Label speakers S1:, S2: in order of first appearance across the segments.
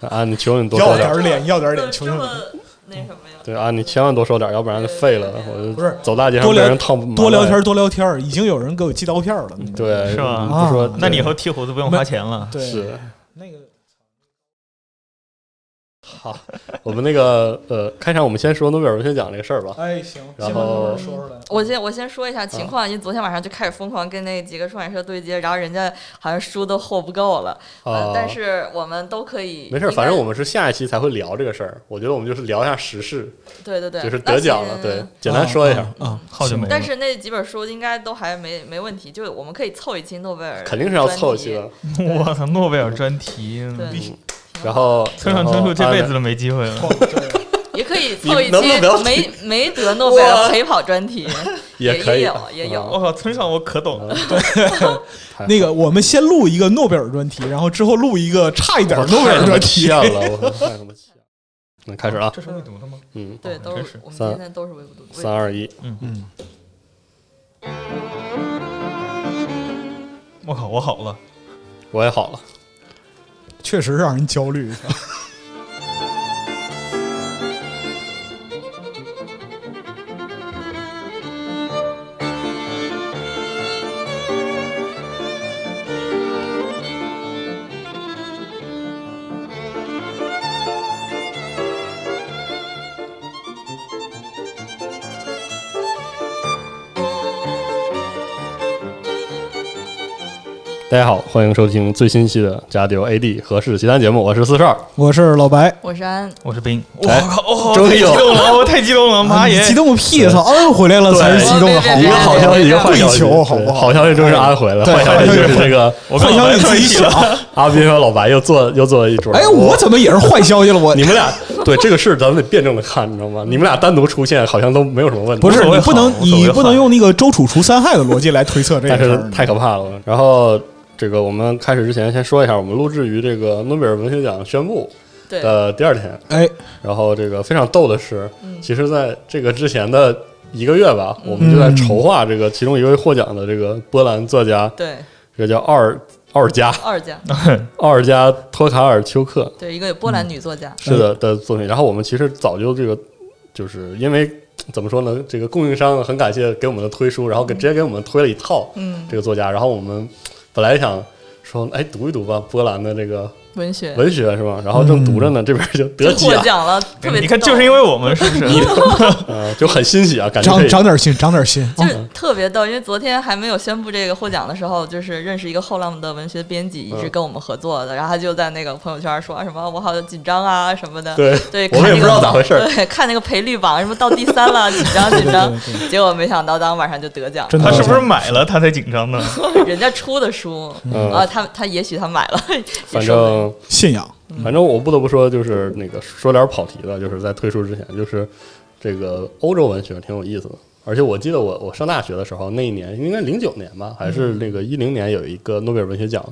S1: 啊，你求你多
S2: 要
S1: 收
S2: 点
S1: 点
S2: 儿
S1: 儿，
S2: 脸，要点儿脸，
S3: 这
S2: 求
S3: 么
S2: 求你，
S3: 那什么呀？
S1: 对啊，你千万多收点儿，要不然废了，我就
S2: 不是
S1: 走大街上
S2: 多
S1: 被
S2: 聊
S1: 人烫马
S2: 多聊
S1: 尾
S2: 天儿，多聊天儿。已经有人给我寄刀片儿了，
S1: 对，
S4: 是吧
S1: 不说
S2: 啊，
S4: 那你以后剃胡子不用花钱了。
S2: 对，
S1: 是
S2: 那个
S1: 好，我们那个呃，开场我们先说诺贝尔文学奖这个事儿吧。
S2: 哎行，
S1: 然
S2: 先把
S1: 后
S2: 儿说出来。啊
S3: 我先我先说一下情况，因为昨天晚上就开始疯狂跟那几个出版社对接，然后人家好像书都货不够了，
S1: 啊
S3: 呃，但是我们都可以
S1: 没事儿，
S3: 应该
S1: 反正我们是下一期才会聊这个事儿。我觉得我们就是聊一下时事，
S3: 对对对，
S1: 就是得奖了，
S3: 那
S1: 对
S3: 嗯，
S1: 简单说一下，
S2: 啊啊，
S4: 好久没
S3: 但是那几本书应该都还没没问题，就我们可以凑一期诺贝尔，
S1: 肯定是要凑齐的。。嗯
S4: 我操，诺贝尔专题，
S3: 对，挺好
S1: 然后啊
S4: 村上春树这辈子都没机会了。
S2: 哦对
S3: 也可以凑
S1: 你
S3: 一期
S1: 能不能不要
S3: 没没得诺贝尔
S1: 哇
S3: 陪跑专题，
S1: 也可以嗯
S3: 也有也有
S4: 我靠，村上我可懂了，
S2: 那个我们先录一个诺贝尔专题，然后之后录一个差一点儿诺贝尔专题。
S1: 了，我太他妈气了。那开始啊，
S4: 这是未读的吗？
S1: 嗯，
S3: 对，都
S4: 真
S3: 是
S4: 是
S3: 我们
S1: 三
S3: 今天都是唯独
S1: 三二一，
S2: 嗯，
S4: 我靠，我好了，
S1: 我也好了。
S2: 确实让人焦虑。
S1: 大家好，欢迎收听最新一期的《加丢 AD 合适奇谈》节目，我是四十二。
S2: 我是老白，
S3: 我是安，
S4: 我是冰。我
S1: 哎
S4: 靠，哦
S1: 终
S4: 太
S1: 于
S4: 激
S1: 有
S4: 动了，我太激动了，妈
S2: 啊你
S4: 耶！
S2: 激动个屁！操，安回来了才是激动，
S3: 对
S2: 好
S1: 一
S3: 对
S1: 个
S2: 吧？
S1: 好消息，一个坏消息，
S2: 跪求好不
S1: 对
S2: 好
S1: 好消息就是啊 安回来，
S2: 对
S1: 坏消息就是这个
S4: 我跟
S2: 幻想
S4: 老白
S2: 你
S4: 坐
S2: 自
S4: 一
S2: 己
S4: 起
S2: 想
S4: 了。。
S1: 阿斌和老白又坐又坐一桌。
S2: 哎，我怎么也是坏消息了？我
S1: 你们俩对这个事儿，咱们得辩证的看，你知道吗？你们俩单独出现好像都没有什么问题，
S2: 不是
S4: 无所谓
S2: 你不能
S4: 好无所谓
S2: 你不能
S4: 好
S2: 用那个周楚除三害的逻辑来推测这个
S1: 但
S2: 事
S1: 是
S2: 儿。
S1: 太可怕了。然后这个我们开始之前先说一下，我们录制于这个诺贝尔文学奖宣布
S3: 对，
S1: 的第二天。
S2: 哎，
S1: 然后这个非常逗的是，
S3: 嗯
S1: 其实在这个之前的一个月吧，我们就在筹划这个其中一位获奖的这个波兰作家，
S3: 对，
S1: 这个叫奥尔奥尔加
S3: 二家，
S1: 啊奥尔加托卡尔丘克，
S3: 对，一个
S1: 嗯
S3: 波兰女作家，
S1: 是的的作品。然后我们其实早就这个，就是因为怎么说呢，这个供应商很感谢给我们的推书，然后给直接给我们推了一套
S3: 嗯，
S1: 这个作家。然后我们本来想说，哎，读一读吧，波兰的这个
S3: 文学
S1: 文学是吧？然后正读着呢，这边就得
S3: 嗯就获
S1: 奖，
S3: 奖了，特别
S4: 你看，
S3: 逗
S4: 就是因为我们是不是？
S1: 嗯，就很欣喜啊，感觉可
S2: 长
S1: 以
S2: 长点心，长点心。哦
S3: 就是
S1: 哦
S3: 特别逗，因为昨天还没有宣布这个获奖的时候，就是认识一个后浪的文学编辑，一直
S1: 嗯
S3: 跟我们合作的，然后他就在那个朋友圈说啊什么我好紧张啊什么的，
S1: 对
S3: 对，
S1: 我们也
S3: 看那个
S1: 不知道咋回事儿
S3: 对，看那个赔率榜什么到第三 了，紧张紧张
S2: 对，
S3: 结果没想到当晚上就得奖，
S2: 真的
S4: 他是不是买了他才紧张呢？
S3: 人家出的书
S1: 嗯
S3: 啊，他他也许他买了，也
S1: 反
S3: 说
S1: 正
S2: 信仰？
S1: 反正我不得不说，就是那个说点跑题的，就是在退出之前，就是这个欧洲文学挺有意思的。而且我记得我我上大学的时候，那一年应该零九年吧，还是那个一零年，有一个诺贝尔文学奖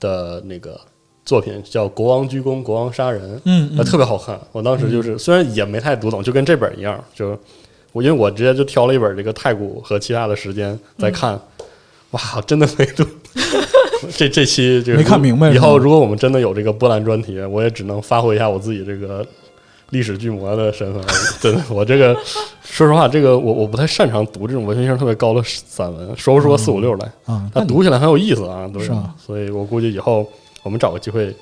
S1: 的那个作品叫《国王鞠躬，国王杀人》，
S2: 嗯
S1: 呃，特别好看。我当时就是虽然也没太读懂，就跟这本一样，就是我因为我直接就挑了一本这个太古和其他的时间在看，哇，真的没 读。这这期这个
S2: 没看明白
S1: 以
S2: 是吗
S1: 后如果我们真的有这个波兰专题，我也只能发挥一下我自己这个历史巨魔的身份了。真的，我 这个说实话，这个我我不太擅长读这种文学性特别高的散文，说不出个四五六来，
S2: 啊，
S1: 它
S2: 那你
S1: 读起来很有意思啊，对
S2: 是吗
S1: 所以我估计以后我们找个机会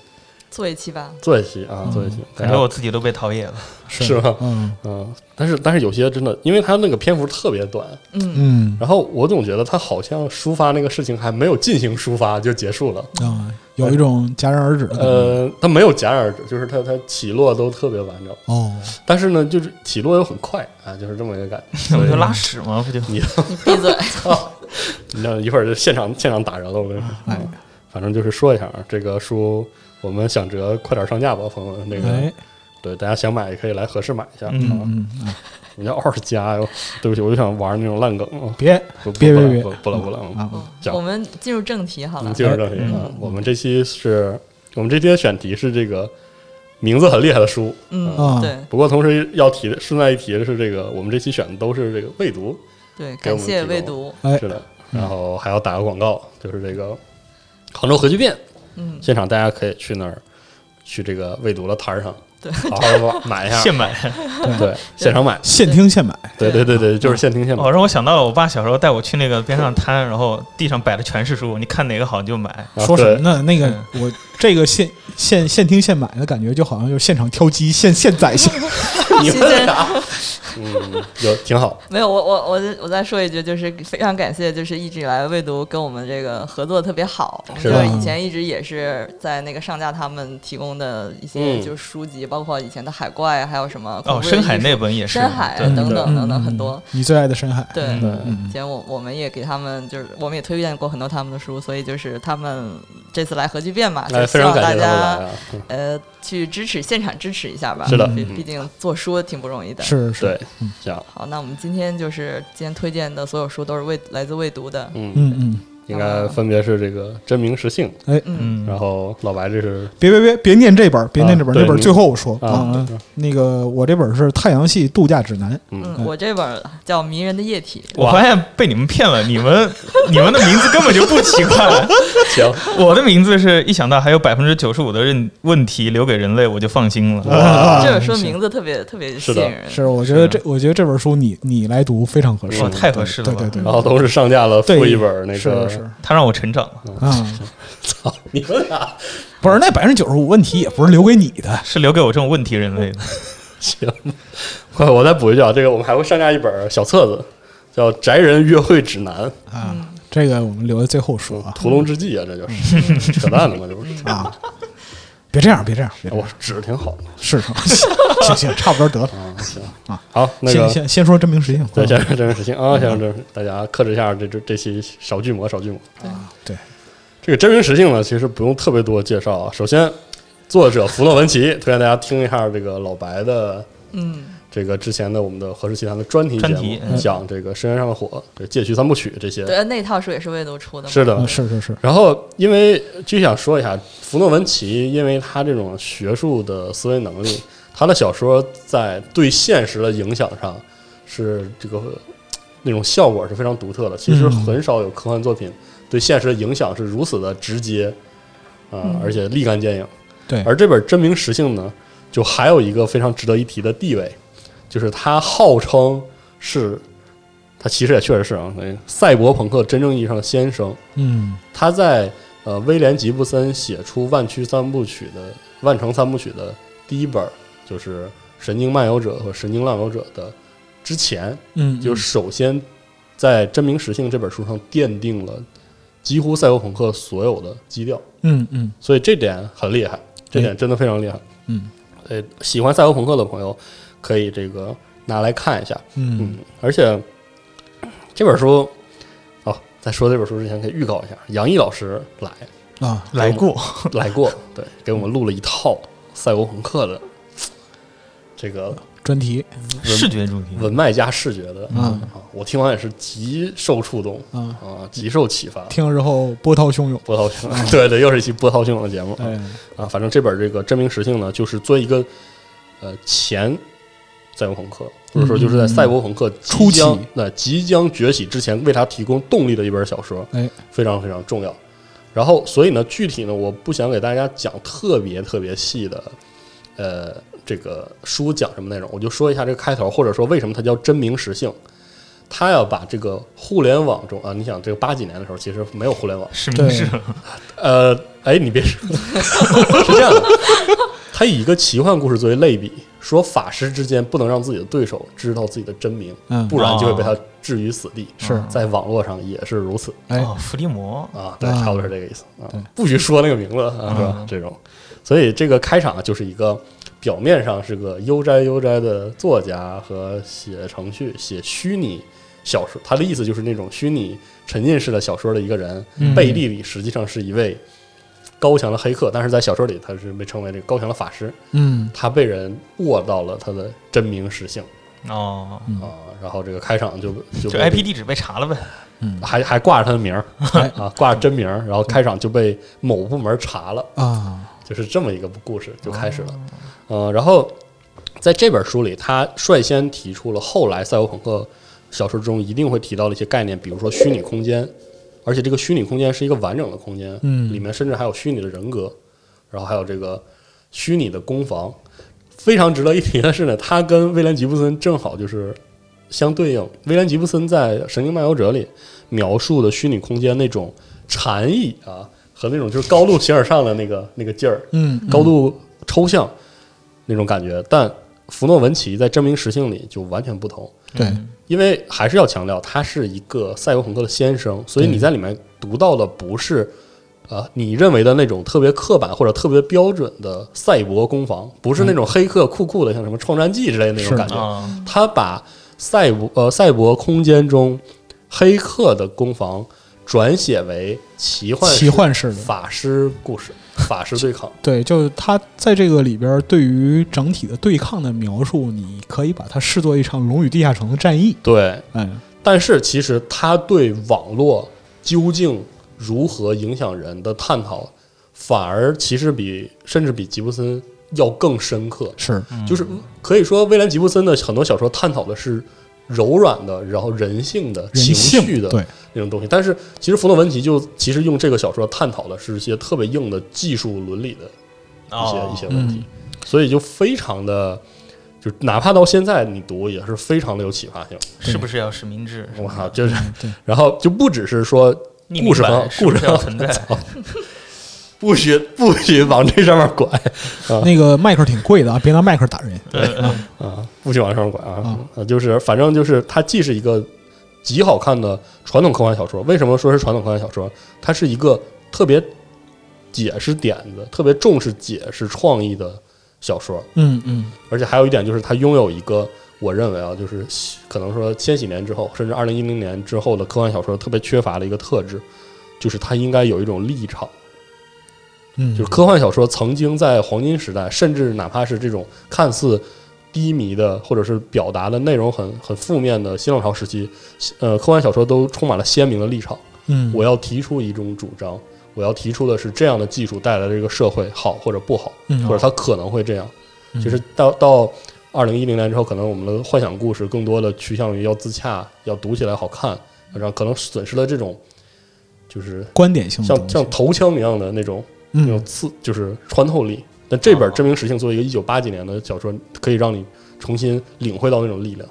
S3: 做一期吧，
S1: 做一期啊，做一期。
S4: 感觉我自己都被陶冶了。
S1: 是吗
S2: 嗯
S1: 嗯，但是但是有些真的，因为他那个篇幅特别短，
S3: 嗯，
S2: 嗯
S1: 然后我总觉得他好像抒发那个事情还没有进行抒发就结束了，
S2: 啊，有一种戛然而止的感觉。
S1: 呃，他没有戛然而止，就是他他起落都特别完整，
S2: 哦，
S1: 但是呢，就是起落又很快啊，就是这么一个感觉。
S4: 我就拉屎嘛，不就？
S3: 你闭嘴，
S1: 你知道一会儿就现场现场打人了，我跟你说，
S2: 哎
S1: 嗯反正就是说一下啊，这个书我们想着快点上架吧，朋友们，这个、
S2: 哎，
S1: 对大家想买也可以来合适买一下。
S4: 嗯
S1: 啊，
S2: 嗯，嗯啊
S1: 我叫二加哟，对不起，我就想玩那种烂梗，啊
S2: 别
S1: 不不
S2: 别
S1: 不
S2: 别
S1: 了
S2: 别
S1: 不不了不了， 嗯
S2: 啊，
S1: 讲
S3: 我们进入正题好
S1: 我们
S3: 了，
S1: 进入正题
S4: 嗯
S1: 啊，我们这期是我们这期的选题是这个名字很厉害的书，
S3: 嗯，
S2: 啊
S3: 对
S1: 不过同时要提的顺带一提的是，这个我们这期选的都是这个未读，
S3: 对，
S1: 给我
S3: 感
S1: 们
S3: 谢
S1: 提供
S3: 未读，
S2: 哎
S1: 是的，然后还要打个广告，就是这个杭州核聚变
S3: 嗯，
S1: 现场，大家可以去那儿去这个未读的摊儿上，
S3: 对
S1: 好好买一下，
S4: 现买。
S1: 对，现场买，
S2: 现听现买，
S1: 对对对对，就是现听现买
S4: 哦，，让我想到了我爸小时候带我去那个边上摊，然后地上摆的全是书，你看哪个好你就买。
S1: 啊
S2: 说什么
S1: 对
S2: 呢？那个
S3: 嗯
S2: 我这个现现现听现买的感觉，就好像就是现场挑机、现现宰 现。
S1: 你
S3: 期间
S1: 们俩，嗯，有挺好，
S3: 没有，我我我再我再说一句，就是非常感谢，就是一直以来魏读跟我们这个合作特别好，
S1: 是
S3: 就
S1: 吧
S3: 以前一直也是在那个上架他们提供的一些
S1: 嗯
S3: 就是书籍，包括以前的海怪，还有什么恐
S4: 哦，
S3: 怖
S4: 深
S3: 的
S4: 海
S3: 艺术
S4: 那本也是，
S3: 深海
S4: 对
S3: 等等
S4: 对
S3: 等等很多
S2: 嗯。你最爱的深海，
S3: 对，
S4: 嗯
S1: 对，
S2: 嗯，
S3: 前我我们也给他们就是我们也推荐过很多他们的书，所以就是他们这次来核聚变嘛，就
S1: 哎，
S3: 希
S1: 非常
S3: 望大
S1: 感谢他们
S3: 家
S1: 来啊，嗯
S3: 呃去支持现场支持一下吧。
S1: 是的
S3: 毕
S1: 嗯
S3: 毕竟做书挺不容易的。
S2: 是是，
S1: 对
S2: 嗯，
S1: 行，
S3: 好，那我们今天就是今天推荐的所有书都是未来自未读的，
S1: 嗯，
S2: 嗯嗯，
S1: 应该分别是这个真名实姓，
S3: 嗯，
S4: 嗯，
S1: 然后老白这是
S2: 别别别别念这本儿，别念这本儿，
S1: 啊
S2: 这本儿
S1: 对
S2: 最后我说
S1: 啊
S2: 啊，那个我这本儿是《太阳系度假指南》，
S1: 嗯，
S3: 嗯，我这本儿叫《迷人的液体》，
S4: 我发现被你们骗了，你们你们的名字根本就不奇怪。
S1: 行，
S4: 我的名字是一想到还有百分之九十五的问问题留给人类，我就放心了。
S2: 啊
S3: 这本书名字特别特别吸
S1: 是
S3: 引
S1: 的
S3: 人。
S2: 是我觉得这我觉得这本书你你来读非常合适
S4: 哇，，太合适了
S2: 对
S4: 吧
S2: 对对，
S1: 然后都是上架了
S2: 对
S1: 附一本那
S2: 是
S1: 个
S2: 的，是的
S4: 他让我成长了，
S1: 嗯
S2: 啊，
S1: 操， 你们俩
S2: 不是那百分之九十五问题也不是留给你的，
S4: 是留给我这种问题人类的。
S1: 嗯行， 快，我再补一句啊，这个我们还会上架一本小册子，叫《宅人约会指南》，
S2: 啊，这个我们留在最后说
S1: 嗯
S2: 啊
S1: 屠龙之计啊，这就是扯淡的嘛，这不是。哎
S2: 啊，别这样，别这样，别这
S1: 我
S2: 样，
S1: 纸挺好的
S2: 是 是行行，差不多得了，
S1: 啊，行
S2: 啊，
S1: 好，那
S2: 先
S1: 个
S2: 先先说真名实姓，
S1: 对，先生真人实姓啊，先生真人，大家克制一下这这这期少剧魔少剧魔。
S2: 对，
S1: 这个真人实姓呢，其实不用特别多介绍啊。首先，作者弗洛文奇，推荐大家听一下这个老白的
S3: 嗯，
S1: 这个之前的我们的《何氏奇谈》的专题节
S4: 专题
S1: 目，
S4: 嗯
S1: 讲这个《深渊上的火》、这《戒曲三部曲》这些。
S3: 对，呃那套书也是未读出的嘛。
S1: 是的
S2: 嗯，是是是，
S1: 然后，因为呃就想说一下，弗诺文奇，因为他这种学术的思维能力，他的小说在对现实的影响上是这个呃那种效果是非常独特
S2: 嗯
S1: 的。其实很少有科幻作品对现实的影响是如此的直接，啊、
S3: 嗯
S1: 而且立竿见影。
S2: 对
S1: 而这本真名实姓呢，就还有一个非常值得一提的地位，就是他号称是，他其实也确实是啊，那赛博朋克真正意义上的先声。
S2: 嗯
S1: 他在呃威廉吉布森写出《万区三部曲》的《万城三部曲》的第一本儿，就是《神经漫游者》和《神经浪游者》的之前，
S2: 嗯，
S1: 就首先在《真名实姓》这本书上奠定了几乎赛博朋克所有的基调，
S2: 嗯嗯
S1: 所以这点很厉害，这点真的非常厉害。
S2: 嗯
S1: 呃，喜欢赛博朋克的朋友可以这个拿来看一下，
S2: 嗯
S1: 嗯，而且这本书。哦，在说这本书之前，可以预告一下，杨毅老师来
S2: 嗯啊，
S4: 来过，
S1: 来过，对，给我们录了一套赛博朋克的这个
S2: 专题
S4: 视觉主题，
S1: 文脉加视觉的
S2: 嗯
S1: 啊，我听完也是极受触动
S2: 啊，
S1: 啊，极受启发。
S2: 听了之后波涛汹涌，
S1: 波涛汹， 对对，又是一期波涛汹涌的节目
S2: 哎，
S1: 啊。反正这本这个真名实姓呢，就是做一个呃前赛博朋克，或者说就是在赛博朋克即
S2: 嗯初期
S1: 将那即将崛起之前，为它提供动力的一本小说。
S2: 哎，
S1: 非常非常重要。然后，所以呢，具体呢，我不想给大家讲特别特别细的，呃，这个书讲什么内容，我就说一下这个开头，或者说为什么它叫真名实姓。他要把这个互联网中啊，你想这个八几年的时候，其实没有互联网，
S4: 是明是
S1: 呃，哎，你别说， 是这样的，他以一个奇幻故事作为类比，说法师之间不能让自己的对手知道自己的真名，
S2: 嗯
S1: 不然就会被他置于死地。
S2: 是
S1: 在网络上也是如此。
S2: 哎
S4: 哦，伏地魔，
S1: 啊，对，
S2: 啊
S1: 差不多是这个意思啊
S2: 对，
S1: 不许说那个名字啊，是吧
S4: 嗯？
S1: 这种，所以这个开场就是一个表面上是个悠哉悠哉的作家和写程序、写虚拟小说，他的意思就是那种虚拟沉浸式的小说的一个人，
S2: 嗯
S1: 背地里实际上是一位高强的黑客，但是在小说里他是被称为这个高强的法师，
S2: 嗯
S1: 他被人握到了他的真名实姓
S4: 哦，
S2: 嗯
S1: 啊，然后这个开场就就
S4: 就
S1: 被
S4: IP 地址被查了呗，
S1: 还还挂着他的名儿
S2: 哎
S1: 啊，挂着真名儿，然后开场就被某部门查了，
S2: 啊，
S1: 就是这么一个故事就开始了。
S2: 哦
S1: 嗯、然后在这本书里，他率先提出了后来赛博朋克小说中一定会提到的一些概念，比如说虚拟空间，而且这个虚拟空间是一个完整的空间，
S2: 嗯
S1: 里面甚至还有虚拟的人格，然后还有这个虚拟的攻防。非常值得一提的是呢，他跟威廉吉布森正好就是相对应。威廉吉布森在《神经漫游者》里描述的虚拟空间那种禅意啊，和那种就是高度形而上的那个那个劲儿，
S2: 嗯，
S1: 高度抽象那种感觉。但弗诺文奇在《真名实姓》里就完全不同，
S2: 对
S1: 因为还是要强调，他是一个赛博朋克的先声，所以
S2: 对
S1: 你在里面读到的不是呃你认为的那种特别刻板或者特别标准的赛博攻防，不是那种黑客酷酷的，像什么《创战记》之类的那种
S2: 是
S1: 感觉。
S4: 啊，
S1: 他把赛博呃赛博空间中黑客的攻防转写为奇幻
S2: 奇幻式的，
S1: 法师故 事，法师对抗。
S2: 对，就是他在这个里边对于整体的对抗的描述，你可以把它视作一场龙与地下城的战役。
S1: 对，
S2: 哎，
S1: 但是其实他对网络究竟如何影响人的探讨，反而其实比甚至比吉布森要更深刻。
S2: 是
S1: 就是可以说，威廉吉布森的很多小说探讨的是柔软的，然后人性的、
S2: 人
S1: 情
S2: 性
S1: 绪的
S2: 对，
S1: 那种东西。但是其实弗洛文奇就其实用这个小说探讨的是一些特别硬的技术伦理的一些、
S4: 哦
S1: 一些问题
S2: 嗯，，
S1: 所以就非常的。就哪怕到现在你读也是非常的有启发性，
S4: 是不是要实名制？
S1: 我靠，就是
S2: 嗯对，
S1: 然后就不只是说
S4: 匿名
S1: 故事
S4: 版
S1: 很
S4: 是
S1: 故
S4: 不
S1: 事
S4: 是要
S1: 很
S4: 存 在，
S1: 不 许不许往这上面拐
S2: 那个麦克挺贵的啊，别拿麦克打人。
S4: 嗯嗯
S1: 啊，不许往上面拐啊！呃就是反正就是它既是一个极好看的传统科幻小说，为什么说是传统科幻小说？它是一个特别解释点子、特别重视解释创意的小说，
S2: 嗯嗯，
S1: 而且还有一点就是它拥有一个。我认为啊，就是可能说千禧年之后，甚至二零一零年之后的科幻小说特别缺乏的一个特质，就是它应该有一种立场。
S2: 嗯，
S1: 就是科幻小说曾经在黄金时代，甚至哪怕是这种看似低迷的，或者是表达的内容很很负面的新浪潮时期，呃，科幻小说都充满了鲜明的立场。
S2: 嗯，
S1: 我要提出一种主张，我要提出的是这样的技术带来的这个社会好或者不好，
S2: 嗯
S1: 或者它可能会这样。
S2: 嗯
S1: 其实到到二零一零年之后，可能我们的幻想故事更多的趋向于要自洽，要读起来好看，然后可能损失了这种就是
S2: 观点性的
S1: 像
S2: 东西
S1: 像头枪一样的那种那种
S2: 嗯
S1: 刺，就是穿透力。但这本
S4: 哦
S1: 《真名实姓》作为一个一九八几年的小说，可以让你重新领会到那种力量，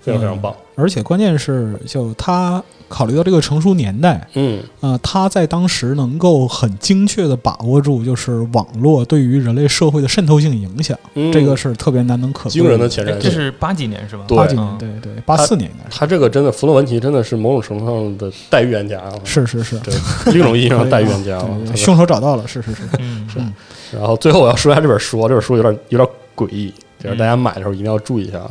S1: 非常非
S2: 嗯
S1: 常棒。
S2: 而且关键是，就他考虑到这个成熟年代，
S1: 嗯，
S2: 呃，他在当时能够很精确地把握住，就是网络对于人类社会的渗透性影响，
S1: 嗯
S2: 这个是特别难能可贵
S1: 惊人的前瞻
S4: 这
S1: 性。
S4: 是八几年是吧？
S1: 对
S2: 八几年，
S4: 嗯
S2: 对对，八四年应该是，
S1: 他这个真的，弗洛文奇真的是某种程度上的代预言家啊，
S2: 是是是，
S1: 对，另一种意义上的代预言家啊。
S2: 对对
S1: 特别
S2: 凶手找到了，是是是，
S4: 嗯，
S1: 然后最后我要说一下这本书，啊，这本书有点有点诡异，就是
S4: 嗯
S1: 大家买的时候一定要注意一下啊。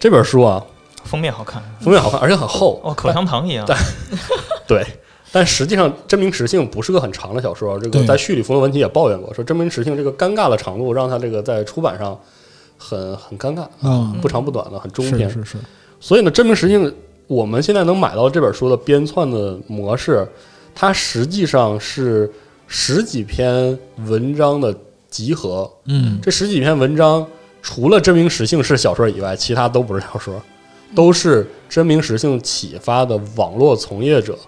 S1: 这本书啊，
S4: 封面好 看，
S1: 封面好看，而且很厚，
S4: 哦，口香糖一样，
S1: 但 对，但实际上《真名实姓》不是个很长的小说，这个
S2: 对
S1: 在序里冯诺文奇也抱怨过，说《真名实姓》这个尴尬的长度让他这个在出版上很很尴尬，
S2: 啊，
S1: 不长不短的，很嗯中
S2: 是
S1: 篇。
S2: 是是，
S1: 所以呢，《真名实姓》我们现在能买到这本书的编纂的模式，它实际上是十几篇文章的集合。
S2: 嗯
S1: 这十几篇文章除了《真名实姓》是小说以外，其他都不是小说，都是真名实姓启发的网络从业者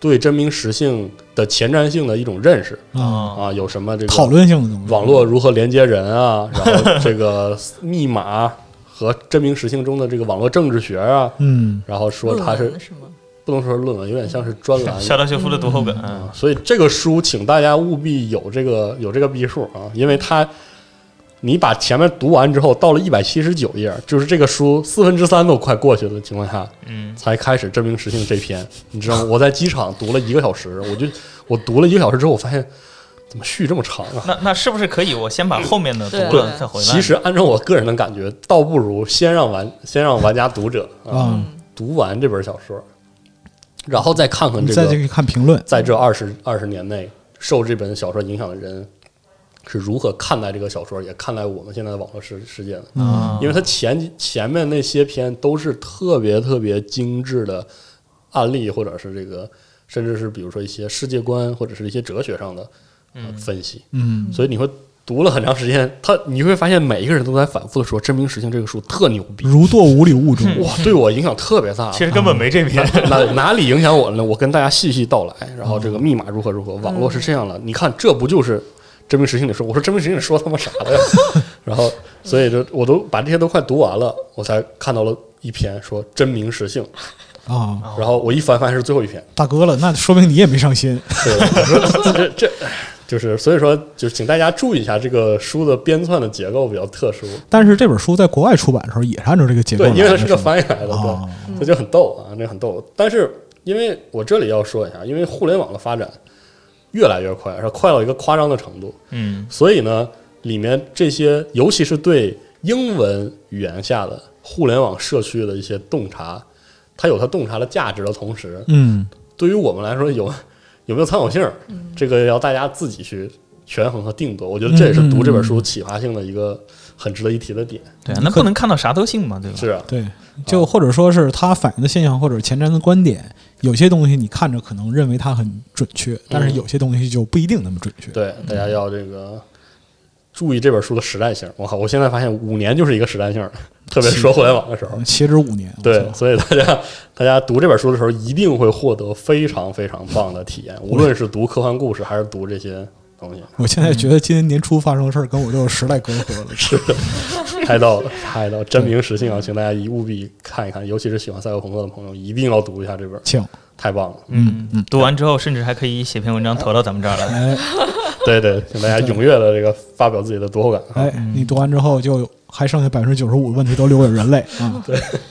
S1: 对真名实姓的前瞻性的一种认识
S2: 啊，
S4: 啊，
S1: 啊，有什么这
S2: 讨
S1: 个
S2: 论性的东西，
S1: 网络如何连接人啊，然后这个密码和真名实姓中的这个网络政治学啊，
S2: 嗯，
S1: 然后说它
S3: 论
S1: 是
S3: 文是吗？
S1: 不能说是论文，有点像是专 栏。
S4: 肖道修夫的读后感，嗯
S1: 啊，所以这个书，请大家务必有这个有这个逼数啊，因为它，你把前面读完之后，到了一百七十九页，就是这个书四分之三都快过去了的情况下，
S4: 嗯，
S1: 才开始证明实性这篇。你知道吗？我在机场读了一个小时，我就我读了一个小时之后，我发现怎么续这么长啊？
S4: 那那是不是可以我先把后面的读
S3: 对
S4: 了再回来？
S1: 其实按照我个人的感觉，倒不如先让玩先让玩家读者啊
S2: 啊，
S3: 嗯，
S1: 读完这本小说，然后再看看嗯
S2: 你
S1: 这
S2: 再
S1: 个
S2: 这个看评论，
S1: 在这二十二十年内受这本小说影响的人是如何看待这个小说，也看待我们现在的网络世世界的。
S2: 嗯
S4: 啊，
S1: 因为它前前面那些篇都是特别特别精致的案例，或者是这个，甚至是比如说一些世界观或者是一些哲学上的、呃、分析，
S2: 嗯，
S1: 所以你会读了很长时间，他你会发现每一个人都在反复的说《真名实姓》这个书特牛逼，
S2: 如堕无里雾中，
S1: 哇，对我影响特别大。啊
S4: 其实根本没这篇，
S1: 哪哪里影响我了呢？我跟大家细细道来，然后这个密码如何如何，网络是这样了。你看，这不就是真命实姓》里说，我说《真命实姓》里说他妈啥的呀？然后，所以就我都把这些都快读完了，我才看到了一篇说真名实姓，嗯
S2: 啊，
S1: 然后我一翻发现是最后一篇，
S2: 大哥了，那说明你也没上心。
S1: 对，我说这这这就是所以说，就是请大家注意一下这个书的编纂的结构比较特殊，
S2: 但是这本书在国外出版的时候也是按照这个结构
S1: 对，
S2: 来的，
S1: 因为它是个
S2: 吗
S1: 翻译来的，对。
S2: 啊，
S1: 这就很逗啊，那很逗。但是因为我这里要说一下，因为互联网的发展越来越快，而且快到一个夸张的程度，
S4: 嗯
S1: 所以呢，里面这些尤其是对英文语言下的互联网社区的一些洞察，它有它洞察的价值的同时，
S2: 嗯，
S1: 对于我们来说有有没有参考性儿，这个要大家自己去权衡和定夺。我觉得这也是读这本书启发性的一个很值得一提的点。
S4: 对啊，那不能看到啥都信嘛，对吧？
S1: 是啊，
S2: 对，就或者说是他反映的现象或者前瞻的观点，有些东西你看着可能认为它很准确，但
S1: 嗯
S2: 是有些东西就不一定那么准确。
S1: 对，大家要这个注意这本书的时代性。我靠，我现在发现五年就是一个时代性儿， 特别是说互联网的时候
S2: 嗯，。截止五年，我
S1: 对
S2: 操，
S1: 所以大家大家读这本书的时候，一定会获得非常非常棒的 体验，无论是读科幻故事还是读这些东西，
S2: 我现在觉得今年年初发生的事儿跟我都有时代隔阂了。是，
S1: 太 到了，太到了真名实姓啊！请大家一务必看一看，尤其是喜欢赛博朋克的朋友，一定要读一下这本，
S2: 请，
S1: 太棒了！
S2: 嗯嗯，
S4: 读完之后，甚至还可以写篇文章投到咱们这儿来。
S2: 哎
S1: 对对，请大家踊跃的这个发表自己的读后感啊！
S2: 哎，你读完之后就还剩下百分之九十五的问题都留给人类啊，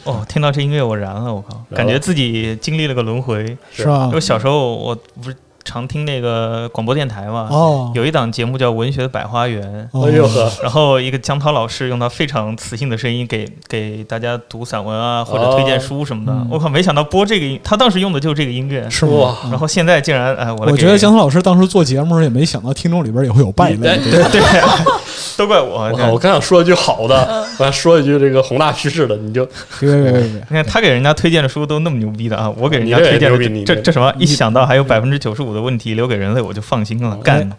S4: 哦，听到这音乐我燃了，我靠，
S1: 了
S4: 感觉自己经历了个轮回。
S1: 是
S2: 是吧
S4: 因为？小时候我不是常听那个广播电台嘛，
S2: 哦，
S4: 有一档节目叫《文学百花园》。
S2: 哦
S1: 哎呦呵，
S4: 然后一个江涛老师用他非常磁性的声音给给大家读散文啊，或者推荐书什么的。
S2: 哦嗯
S4: 我靠，没想到播这个音，他当时用的就是这个音乐。
S2: 是吗？
S1: 哇
S2: 嗯
S4: 然后现在竟然，哎，我
S2: 我
S4: 来给
S2: 觉得江涛老师当时做节目时也没想到听众里边也会有败
S1: 你哎
S2: 类，
S1: 对
S4: 都怪我。
S1: 我
S4: 你
S1: 靠！
S4: 看
S1: 我刚想说一句好的，
S3: 嗯
S1: 我还说一句这个宏大叙事的，你就
S2: 别别别别别，
S4: 你看他给人家推荐的书都那么牛逼的啊，我给人家
S1: 你这也
S4: 推荐的
S1: 牛逼你
S4: 这
S1: 这
S4: 这这什么？一想到还有百分之九十五的问题留给人类，我就放心了。干，
S2: 哦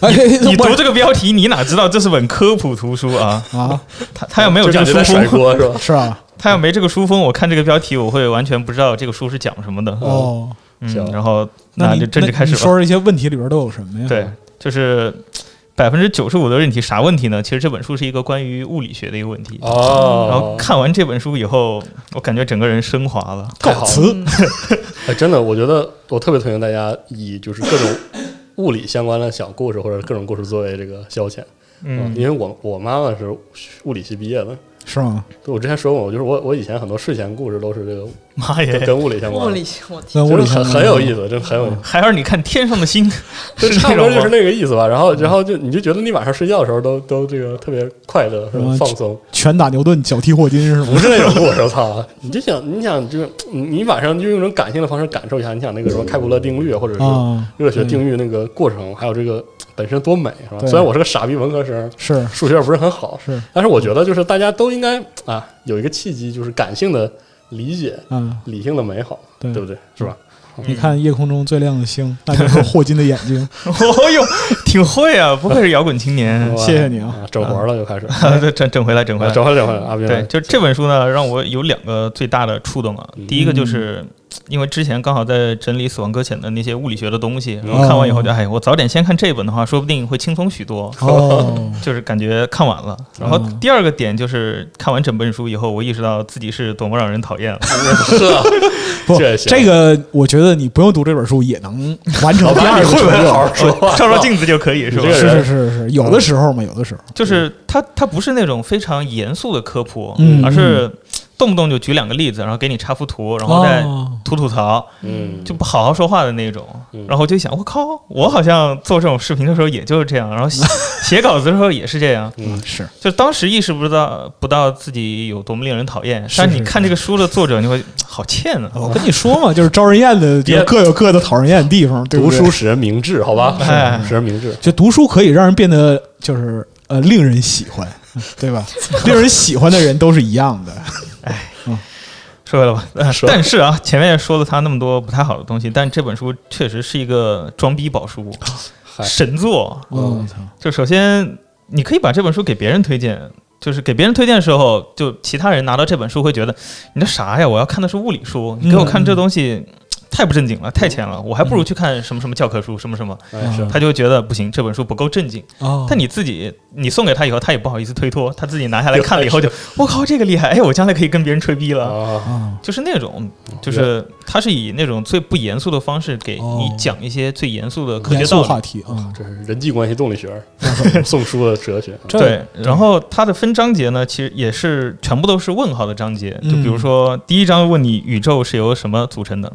S2: 哎，
S4: 你
S2: 我
S4: 读这个标题，你哪知道这是本科普图书 啊？
S2: 啊，
S4: 他他要没有
S1: 就
S4: 这
S1: 感
S4: 个
S1: 觉
S4: 书
S1: 在甩
S4: 封，
S1: 锅是吧？
S2: 是啊吧？
S4: 他要没这个书封，我看这个标题，我会完全不知道这个书是讲什么的。
S2: 哦，
S1: 行
S4: 嗯，然后
S2: 那你
S4: 就正式开始
S2: 你
S4: 吧。
S2: 说嗯说一些问题里边都有什么呀？
S4: 对，就是百分之九十五的问题，啥问题呢？其实这本书是一个关于物理学的一个问题。然后
S1: 哦，
S4: 看完这本书以后，我感觉整个人升华了。
S1: 太好
S2: 告
S1: 了
S2: 辞。
S1: 哎，真的，我觉得我特别推荐大家以就是各种物理相关的小故事或者各种故事作为这个消遣。啊
S4: 嗯，
S1: 因为我我妈妈是物理系毕业的，
S2: 是吗？
S1: 对我之前说过，我就是我我以前很多睡前故事都是这 个
S4: 妈耶
S1: 跟！跟物理相关
S3: 物
S1: 的，
S3: 理，我天，
S1: 就
S2: 那物理
S1: 是
S2: 上
S1: 很很有意思，真的很有意思。
S4: 还让你看天上的 星，
S1: 就是差
S4: 那
S1: 不多
S4: 哦种
S1: 就是
S4: 吗？
S1: 那个意思吧，然后，然后就你就觉得你晚上睡觉的时候都都这个特别快乐，是吧
S2: 嗯
S1: 放松，
S2: 拳打牛顿，脚踢霍金是
S1: 不
S2: 吗？
S1: 是那种故事，操！ 你就想，你想就是你你晚上就用一种感性的方式感受一下，你想那个什么开普勒定律，或者是
S2: 啊，
S1: 热血定律那个过程，还有这个本身多美，是吧？
S2: 对
S1: 虽然我是个傻逼文科生，
S2: 是
S1: 数学不是很好，
S2: 是，
S1: 但是我觉得就是大家都应该啊有一个契机，就是感性的理解
S2: 嗯，
S1: 理性的美好，
S2: 对
S1: 对不对？是吧？
S2: 你看夜空中最亮的星， 那就是霍金的眼 睛。
S4: 哦呦，挺会啊，不愧是摇滚青年。
S1: 哇
S2: 谢谢你啊，
S1: 整活了又开始，
S4: 啊 对整整回来，整回来。
S1: 整活了整活了哦啊！
S4: 对， 就这本书呢，让我有两个最大的触动啊
S1: 嗯。
S4: 第一个就是因为之前刚好在整理死亡搁浅的那些物理学的东西，然后
S2: 哦
S4: 看完以后就，哎，我早点先看这本的话，说不定会轻松许多。
S2: 哦，
S4: 就是感觉看完了，然后
S1: 哦
S4: 第二个点就是看完整本书以后，我意识到自己是多么让人讨厌啊了。
S2: 不，
S1: 这也行
S2: 这个我觉得你不用读这本书也能完
S4: 哦
S2: 成第二个成就。
S1: 好好说 话？
S4: 照照镜子就可以，是吧
S1: 你这？个
S2: 是
S1: 人
S2: 是是是，有的时候嘛，有的时候。
S4: 就是它它不是那种非常严肃的科普，
S2: 嗯
S4: 而是动不动就举两个例子，然后给你插幅图，然后再
S2: 哦，
S4: 吐吐槽，
S1: 嗯，
S4: 就不好好说话的那种
S1: 嗯。
S4: 然后我就想，我靠，我好像做这种视频的时候也就是这样，然后写写稿子的时候也是这样。
S1: 嗯
S2: 是
S4: 就当时意识不到不到自己有多么令人讨厌，
S2: 是
S4: 但
S2: 是哦
S4: 你看这个书的作者，你会好欠啊。
S2: 我跟你说嘛，就是招人厌的，
S1: 别
S2: 就各有各的讨人厌的地方。对不
S1: 读
S2: 对
S1: 书，使人明智，好吧？
S4: 哎
S1: 使人明智。
S2: 就读书可以让人变得就是呃令人喜 欢，对吧？令人喜欢的人都是一样 的。
S4: 说回来吧，呃
S1: 说
S4: 但是啊，前面也说了他那么多不太好的东西，但这本书确实是一个装逼宝书，
S2: 哎
S1: 嗨
S4: 神作。
S1: 嗯
S2: 哦操！
S4: 就首先，你可以把这本书给别人推荐，就是给别人推荐的时候，
S2: 嗯
S4: 就其他人拿到这本书会觉得你这啥呀？我要看的是物理书，你给我看这东西，太不正经了，太浅了，我还不如去看什么什么教科书，什么什么。
S1: 哎是
S2: 嗯
S4: 他就觉得不行，这本书不够正经。
S2: 哦，
S4: 但你自己，你送给他以后，他也不好意思推脱，他自己拿下来看了以后就，我靠，这个厉害！哎，我将来可以跟别人吹逼了，
S1: 啊，
S2: 啊，
S4: 就是那种，就是他是以那种最不严肃的方式给你
S2: 哦
S4: 讲一些最严肃的科
S2: 严
S4: 学
S2: 肃
S4: 道
S2: 话
S4: 理。嗯
S2: 题啊，
S1: 这是人际关系动力学，宋书的哲学。
S2: 这嗯
S4: 对，然后它的分章节呢，其实也是全部都是问号的章节。就比如
S2: 嗯
S4: 说，第一章问你宇宙是由什么组成的，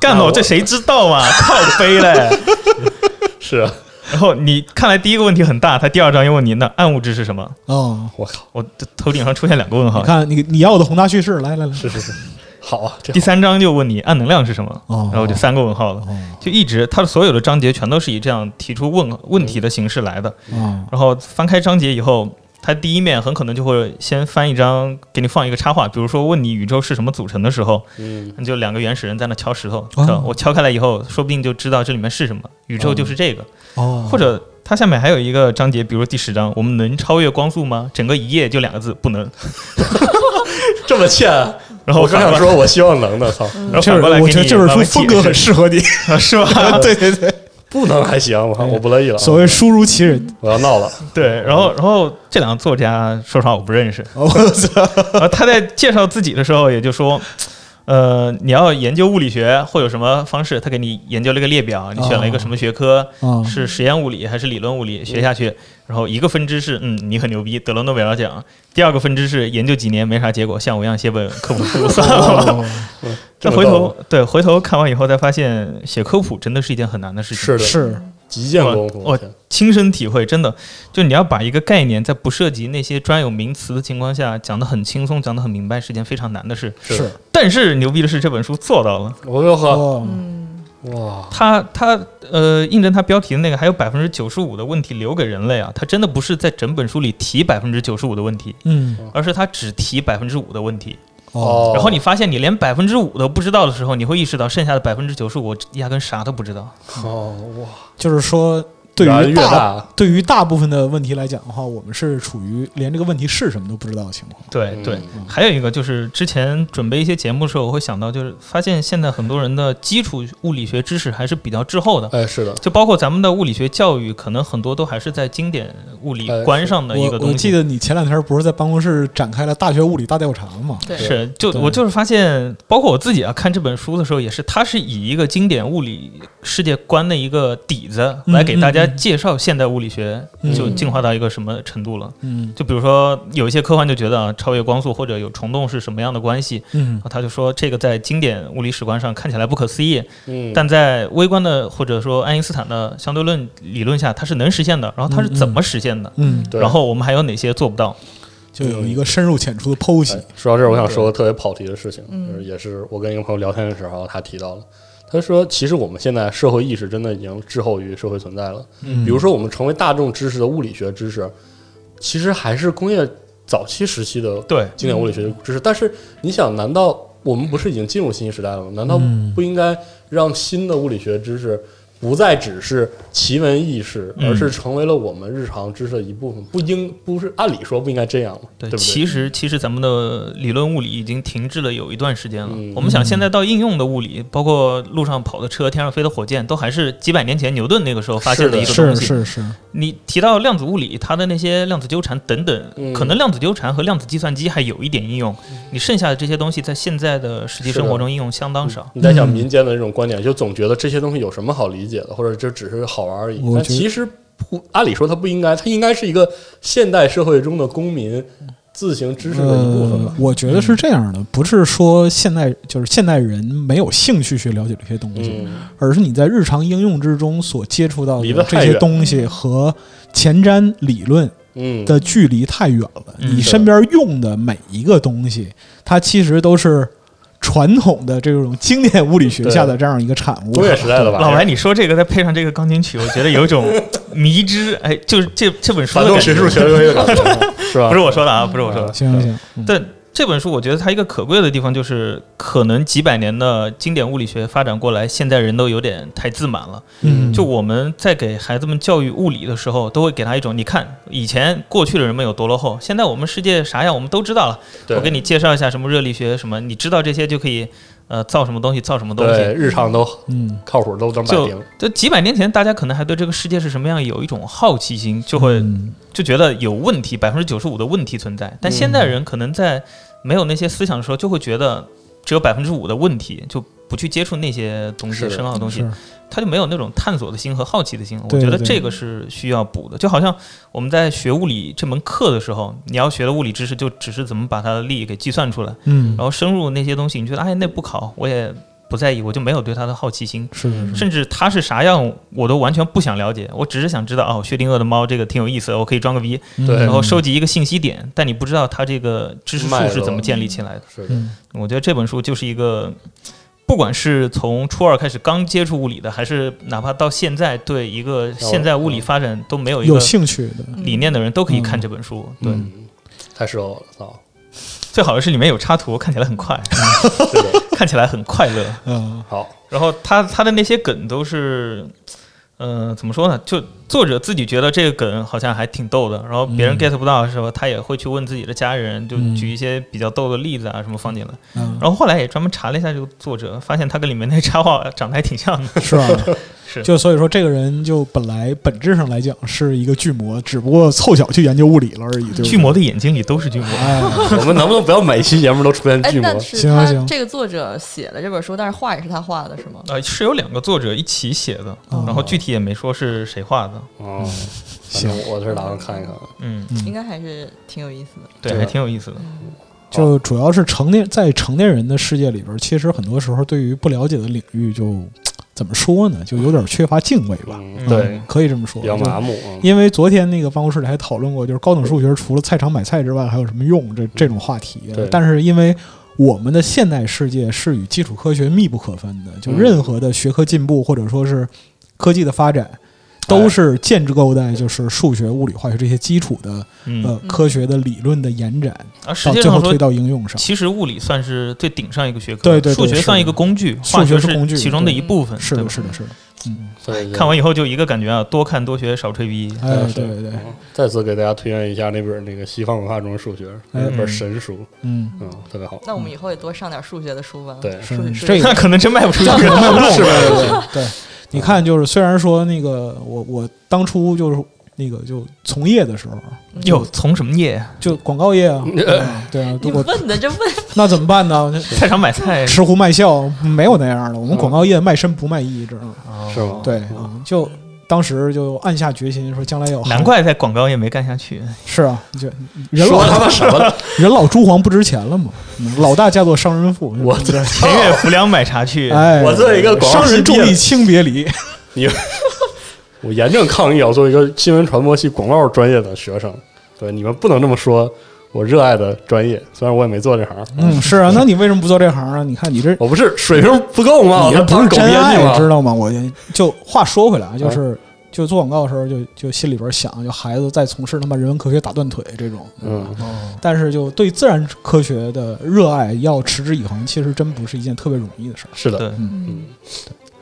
S4: 干了，
S1: 我
S4: 这谁知 道嘛？靠背嘞。
S1: 是啊，
S4: 然后你看来第一个问题很大，他第二章又问你那暗物质是什么？
S2: 哦，
S1: 我靠，
S4: 我这头顶上出现两个问
S2: 你
S4: 号。
S2: 看你你要我的宏大叙事，来来来，
S1: 是是是，好啊，这
S4: 第
S1: 好
S4: 三章就问你暗能量是什么，
S2: 哦
S4: 然后就三个问号了。
S2: 哦
S4: 就一直它的所有的章节全都是以这样提出问问题的形式来的。
S2: 哦
S4: 然后翻开章节以后，它第一面很可能就会先翻一张给你放一个插画，比如说问你宇宙是什么组成的时候，
S1: 嗯，
S4: 你就两个原始人在那敲石头，
S2: 哦
S4: 是吧我敲开来以后，说不定就知道这里面是什么，宇宙就是这个，
S2: 哦，
S4: 或者。它下面还有一个章节，比如第十章，我们能超越光速吗？整个一页就两个字，不能。
S1: 这么欠，啊
S4: 然后
S1: 我刚
S4: 反
S1: 想
S4: 过来，
S1: 说，我希望能的，操，
S4: 然后
S2: 这
S4: 反
S2: 本
S4: 过来
S2: 我
S4: 给
S2: 觉得
S4: 你
S2: 这本
S4: 慢
S2: 书风
S4: 慢
S2: 格
S4: 解释
S2: 很适合你，
S4: 是吧？
S2: 对对对，
S1: 不能还行，我我不乐意了，
S2: 所谓书如其人，
S1: 我要闹了，
S4: 对，然后然后这两个作家，说实话我不认识。
S2: 哦我操，
S4: 然后他在介绍自己的时候，也就说，呃，你要研究物理学会有什么方式？他给你研究了一个列表，你选了一个什么学科，
S2: 啊
S4: 是实验物理还是理论物理？学下去，然后一个分支是，嗯，你很牛逼，得了诺贝尔奖；第二个分支是研究几年没啥结果，像我一样写本科普书算了。
S2: 哦
S1: 这么
S4: 再回
S1: 逗
S4: 头对回头看完以后，才发现写科普真的是一件很难的事情。
S1: 是的，
S2: 是
S1: 极限功夫，
S4: 我我亲身体会，真的，就你要把一个概念在不涉及那些专有名词的情况下讲得很轻松，讲得很明白，是件非常难的事。
S1: 是
S2: 是，
S4: 但是牛逼的是，这本书做到了。
S1: 我又喝，
S2: 哦
S3: 嗯，
S1: 哇，
S4: 它它呃，印证它标题的那个，还有百分之九十五的问题留给人类啊，它真的不是在整本书里提百分之九十五的问题，
S2: 嗯
S4: 而是它只提百分之五的问题。
S2: 哦
S1: 哦
S4: 然后你发现你连百分之五都不知道的时候，你会意识到剩下的百分之九十五压根啥都不知道。
S1: 哦哇，
S2: 就是说对
S1: 越来
S2: 于
S1: 越
S2: 大
S1: 大，
S2: 对于大部分的问题来讲的话，我们是处于连这个问题是什么都不知道的情况。
S4: 对
S1: 嗯
S4: 对，还有一个就是之前准备一些节目的时候，我会想到，就是发现现在很多人的基础物理学知识还是比较滞后的，
S1: 哎，是的，
S4: 就包括咱们的物理学教育，可能很多都还是在经典物理
S1: 呃
S4: 观上的一个
S2: 我我
S4: 东
S2: 记
S4: 西。
S2: 得你前两天不是在办公室展开了大学物理大调查吗？
S3: 对，
S4: 是，就
S2: 对
S4: 我就是发现，包括我自己啊，看这本书的时候也是，它是以一个经典物理世界观的一个底子来给大
S2: 嗯嗯
S4: 家
S2: 嗯
S4: 介绍现代物理学
S2: 嗯
S4: 就进化到一个什么程度了。
S2: 嗯
S4: 就比如说，有一些科幻就觉得啊，超越光速或者有虫洞是什么样的关系，
S2: 嗯
S4: 然后他就说，这个在经典物理史观上看起来不可思议，
S1: 嗯，
S4: 但在微观的或者说爱因斯坦的相对论理论下，它是能实现的。然后它是怎么实现的？
S2: 嗯，
S1: 嗯对
S4: 然后我们还有哪些做不到？
S2: 就有一个深入浅出的剖析
S1: 哎。 说到这儿，我想说个特别跑题的事情，
S3: 嗯
S1: 就是也是我跟一个朋友聊天的时候，他提到了。他说：“其实我们现在社会意识真的已经滞后于社会存在了。
S2: 嗯，
S1: 比如说，我们成为大众知识的物理学知识，其实还是工业早期时期的
S4: 对，
S1: 经典物理学知识。但是，你想，难道我们不是已经进入信息时代了吗？难道
S2: 嗯
S1: 不应该让新的物理学知识不再只是奇闻异事，
S4: 嗯
S1: 而是成为了我们日常知识的一部分？不应不是按理说不应该这样吗？对不对？
S4: 其实其实咱们的理论物理已经停滞了有一段时间了。
S1: 嗯
S4: 我们想现在到应用的物理，包括路上跑的车、天上飞的火箭，都还是几百年前牛顿那个时候发现
S1: 是的
S4: 一个
S2: 是
S4: 东西。
S2: 是是，
S4: 你提到量子物理，它的那些量子纠缠等等，
S1: 嗯
S4: 可能量子纠缠和量子计算机还有一点应用，你剩下的这些东西在现在的实际
S1: 是的
S4: 生活中应用相当少。
S1: 你在想
S2: 嗯
S1: 民间的这种观点，就总觉得这些东西有什么好理解的，或者这只是好玩而已。
S2: 我
S1: 但
S2: 觉得
S1: 其实不，按理说它不应该，它应该是一个现代社会中的公民自行知识的一部分
S2: 呃
S1: 吧。，
S2: 我觉得是这样的，不是说现代就是现代人没有兴趣去了解这些东西，
S1: 嗯，
S2: 而是你在日常应用之中所接触到
S1: 离得
S2: 的
S1: 太
S2: 这些
S1: 远
S2: 东西
S4: 嗯
S2: 和前瞻理论
S1: 嗯，
S2: 的距离太远了。
S4: 嗯
S2: 你身边用的每一个东西，它其实都是传统的这种经典物理学下的这样一个产物。啊
S1: 工业时代的吧？
S4: 老白，你说这个再配上这个钢琴曲，我觉得有一种 迷之，哎，就是这这本书
S1: 反
S4: 的
S1: 动
S4: 感
S1: 学术
S4: 觉。
S1: 权威的 感觉是吧？
S4: 不是我说的啊，不是我说的。
S2: 行行行，嗯
S4: 但这本书我觉得它一个可贵的地方就是，可能几百年的经典物理学发展过来，现代人都有点太自满了。
S2: 嗯，
S4: 就我们在给孩子们教育物理的时候，都会给他一种，你看以前过去的人们有多落后，现在我们世界啥样我们都知道了。
S1: 对，
S4: 我给你介绍一下什么热力学什么，你知道这些就可以呃，造什么东西造什么东
S1: 对，
S4: 西。
S1: 日常都
S2: 嗯，
S1: 靠谱，都能摆
S4: 就
S1: 平。
S4: 就几百年前，大家可能还对这个世界是什么样有一种好奇心，就会
S2: 嗯
S4: 就觉得有问题，百分之九十五的问题存在。
S1: 嗯
S4: 但现代人可能在没有那些思想的时候，就会觉得只有百分之五的问题，就不去接触那些东
S1: 是
S4: 西、
S1: 的
S4: 深奥的东西
S2: 是，
S4: 他就没有那种探索的心和好奇的心。我
S2: 对
S4: 觉得
S2: 对
S4: 这个是需要补的。就好像我们在学物理这门课的时候，你要学的物理知识就只是怎么把它的力给计算出来，
S2: 嗯
S4: 然后深入那些东西，你觉得哎那不考我也不在意，我就没有对它的好奇心。
S2: 是是是，
S4: 甚至它是啥样，我都完全不想了解，我只是想知道哦，薛定谔的猫这个挺有意思，我可以装个逼，
S1: 对
S2: 嗯
S4: 然后收集一个信息点，但你不知道它这个知识树是怎么建立起来的。
S1: 是的，
S2: 嗯
S4: 我觉得这本书就是一个，不管是从初二开始刚接触物理的，还是哪怕到现在对一个现在物理发展都没有一
S2: 有
S4: 个
S2: 兴趣的，
S3: 嗯
S4: 理念的人，都可以看这本书。对，
S1: 嗯，太适合我了，操！
S4: 最好的是里面有插图，看起来很快，
S1: 是的，
S4: 看起来很快乐。
S2: 嗯
S1: 好，
S4: 然后他他的那些梗都是，嗯、怎么说呢？就作者自己觉得这个梗好像还挺逗的，然后别人
S2: 嗯
S4: get 不到的时候，他也会去问自己的家人，就
S2: 嗯
S4: 举一些比较逗的例子啊什么放进来。
S2: 嗯，
S4: 然后后来也专门查了一下这个作者，发现他跟里面那插画长得还挺像 的。
S2: 是吧？
S4: 是
S2: 就所以说，这个人就本来本质上来讲是一个巨魔，只不过凑巧去研究物理了而已，对不对？
S4: 巨魔的眼睛里都是巨魔。
S2: 哎，
S1: 我们能不能不要每期节目都出现
S3: 哎
S1: 巨，魔
S3: 但？是
S2: 行
S3: 他
S2: 行
S3: 这个作者写了这本书，但是画也是他画的，是吗？
S4: 呃，是有两个作者一起写的，
S2: 哦
S4: 然后具体也没说是谁画的。
S1: 哦，反
S2: 嗯 行
S1: 正我是打算看一看。
S4: 嗯，
S2: 嗯，
S3: 应该还是挺有意思的。
S4: 对，
S1: 对
S4: 还挺有意
S2: 呃
S4: 思的。
S2: 就主要是成年在成年人的世界里边，其实很多时候对于不了解的领域就，怎么说呢，就有点缺乏敬畏吧。
S1: 嗯，
S4: 嗯
S1: 对
S2: 嗯，可以这么说。
S1: 比较
S2: 就
S1: 麻木。嗯
S2: 因为昨天那个办公室里还讨论过，就是高等数学除了菜场买菜之外还有什么用这这种话题
S1: 对。
S2: 但是因为我们的现代世界是与基础科学密不可分的，就
S1: 嗯
S2: 任何的学科进步或者说是科技的发展，都是建构在就是数学、物理、化学这些基础的
S4: 嗯，
S2: 呃科学的理论的延展，
S4: 而实
S2: 到
S4: 际
S2: 最后
S4: 上说
S2: 推，到应用上。
S4: 其实物理算是最顶上一个学科，
S2: 对对对
S4: 数学
S2: 是
S4: 算
S2: 的
S4: 一个工具，
S2: 数
S4: 化
S2: 学
S4: 学
S2: 是工具
S4: 其中的
S2: 对
S4: 一部分。
S2: 是
S4: 对
S2: 的，
S4: 吧
S2: 是的，是的，嗯，
S1: 所以就
S4: 看完以后就一个感觉啊，多看多学，少吹逼。
S2: 哎，
S1: 嗯
S2: 对
S1: 是
S2: 对对，
S1: 嗯再次给大家推荐一下那本那个西方文化中的数学，那
S2: 哎
S1: 本神书，
S2: 嗯，
S1: 嗯，特别好。
S3: 那我们以后也多上点数学的书吧。
S1: 对
S2: 是
S3: 数学
S2: 嗯
S3: 数
S2: 这
S3: 学
S2: 个
S4: 那可能真卖不出去。
S2: 卖不动，对对对对。你看，就是虽然说那个我我当初就是那个就从业的时候，
S4: 哟，从什么业？
S2: 就广告业啊，对啊，
S3: 你
S2: 我
S3: 问 的这问
S2: 那怎么办呢？
S4: 菜场买菜
S2: 吃壶卖笑没有那样的，我们广告业卖身不卖艺，知道吗？
S4: 哦
S1: 是吗？
S2: 对啊，就当时就暗下决心说，将来有
S4: 难怪在广告业没干下去。
S2: 是啊，就人
S1: 说他
S2: 老
S1: 妈什么呢？
S2: 人老珠黄不值钱了嘛，老大嫁作商人妇，
S1: 我这
S4: 秦月浮梁买茶去，
S2: 哎，
S1: 我作为一个广告
S2: 商人
S1: 系
S2: 重
S1: 毕业
S2: 义
S1: 的
S2: 轻别离，
S1: 我严正抗议啊！作为一个新闻传播系广告专业的学生，对你们不能这么说。我热爱的专业，虽然我也没做这行，
S2: 嗯，是啊，那你为什么不做这行啊？你看你这
S1: 我不是水平不够吗？我
S2: 你这不是
S1: 狗啊
S2: 真
S1: 编辑
S2: 爱，知
S1: 吗？
S2: 道吗？我就就话说回来，啊，就是就做广告的时候就，就心里边想，就孩子再从事他妈人文科学打断腿这种，
S1: 嗯，
S4: 哦
S2: 但是就对自然科学的热爱要持之以恒，其实真不是一件特别容易的事儿。
S1: 是的，
S4: 对，
S1: 嗯，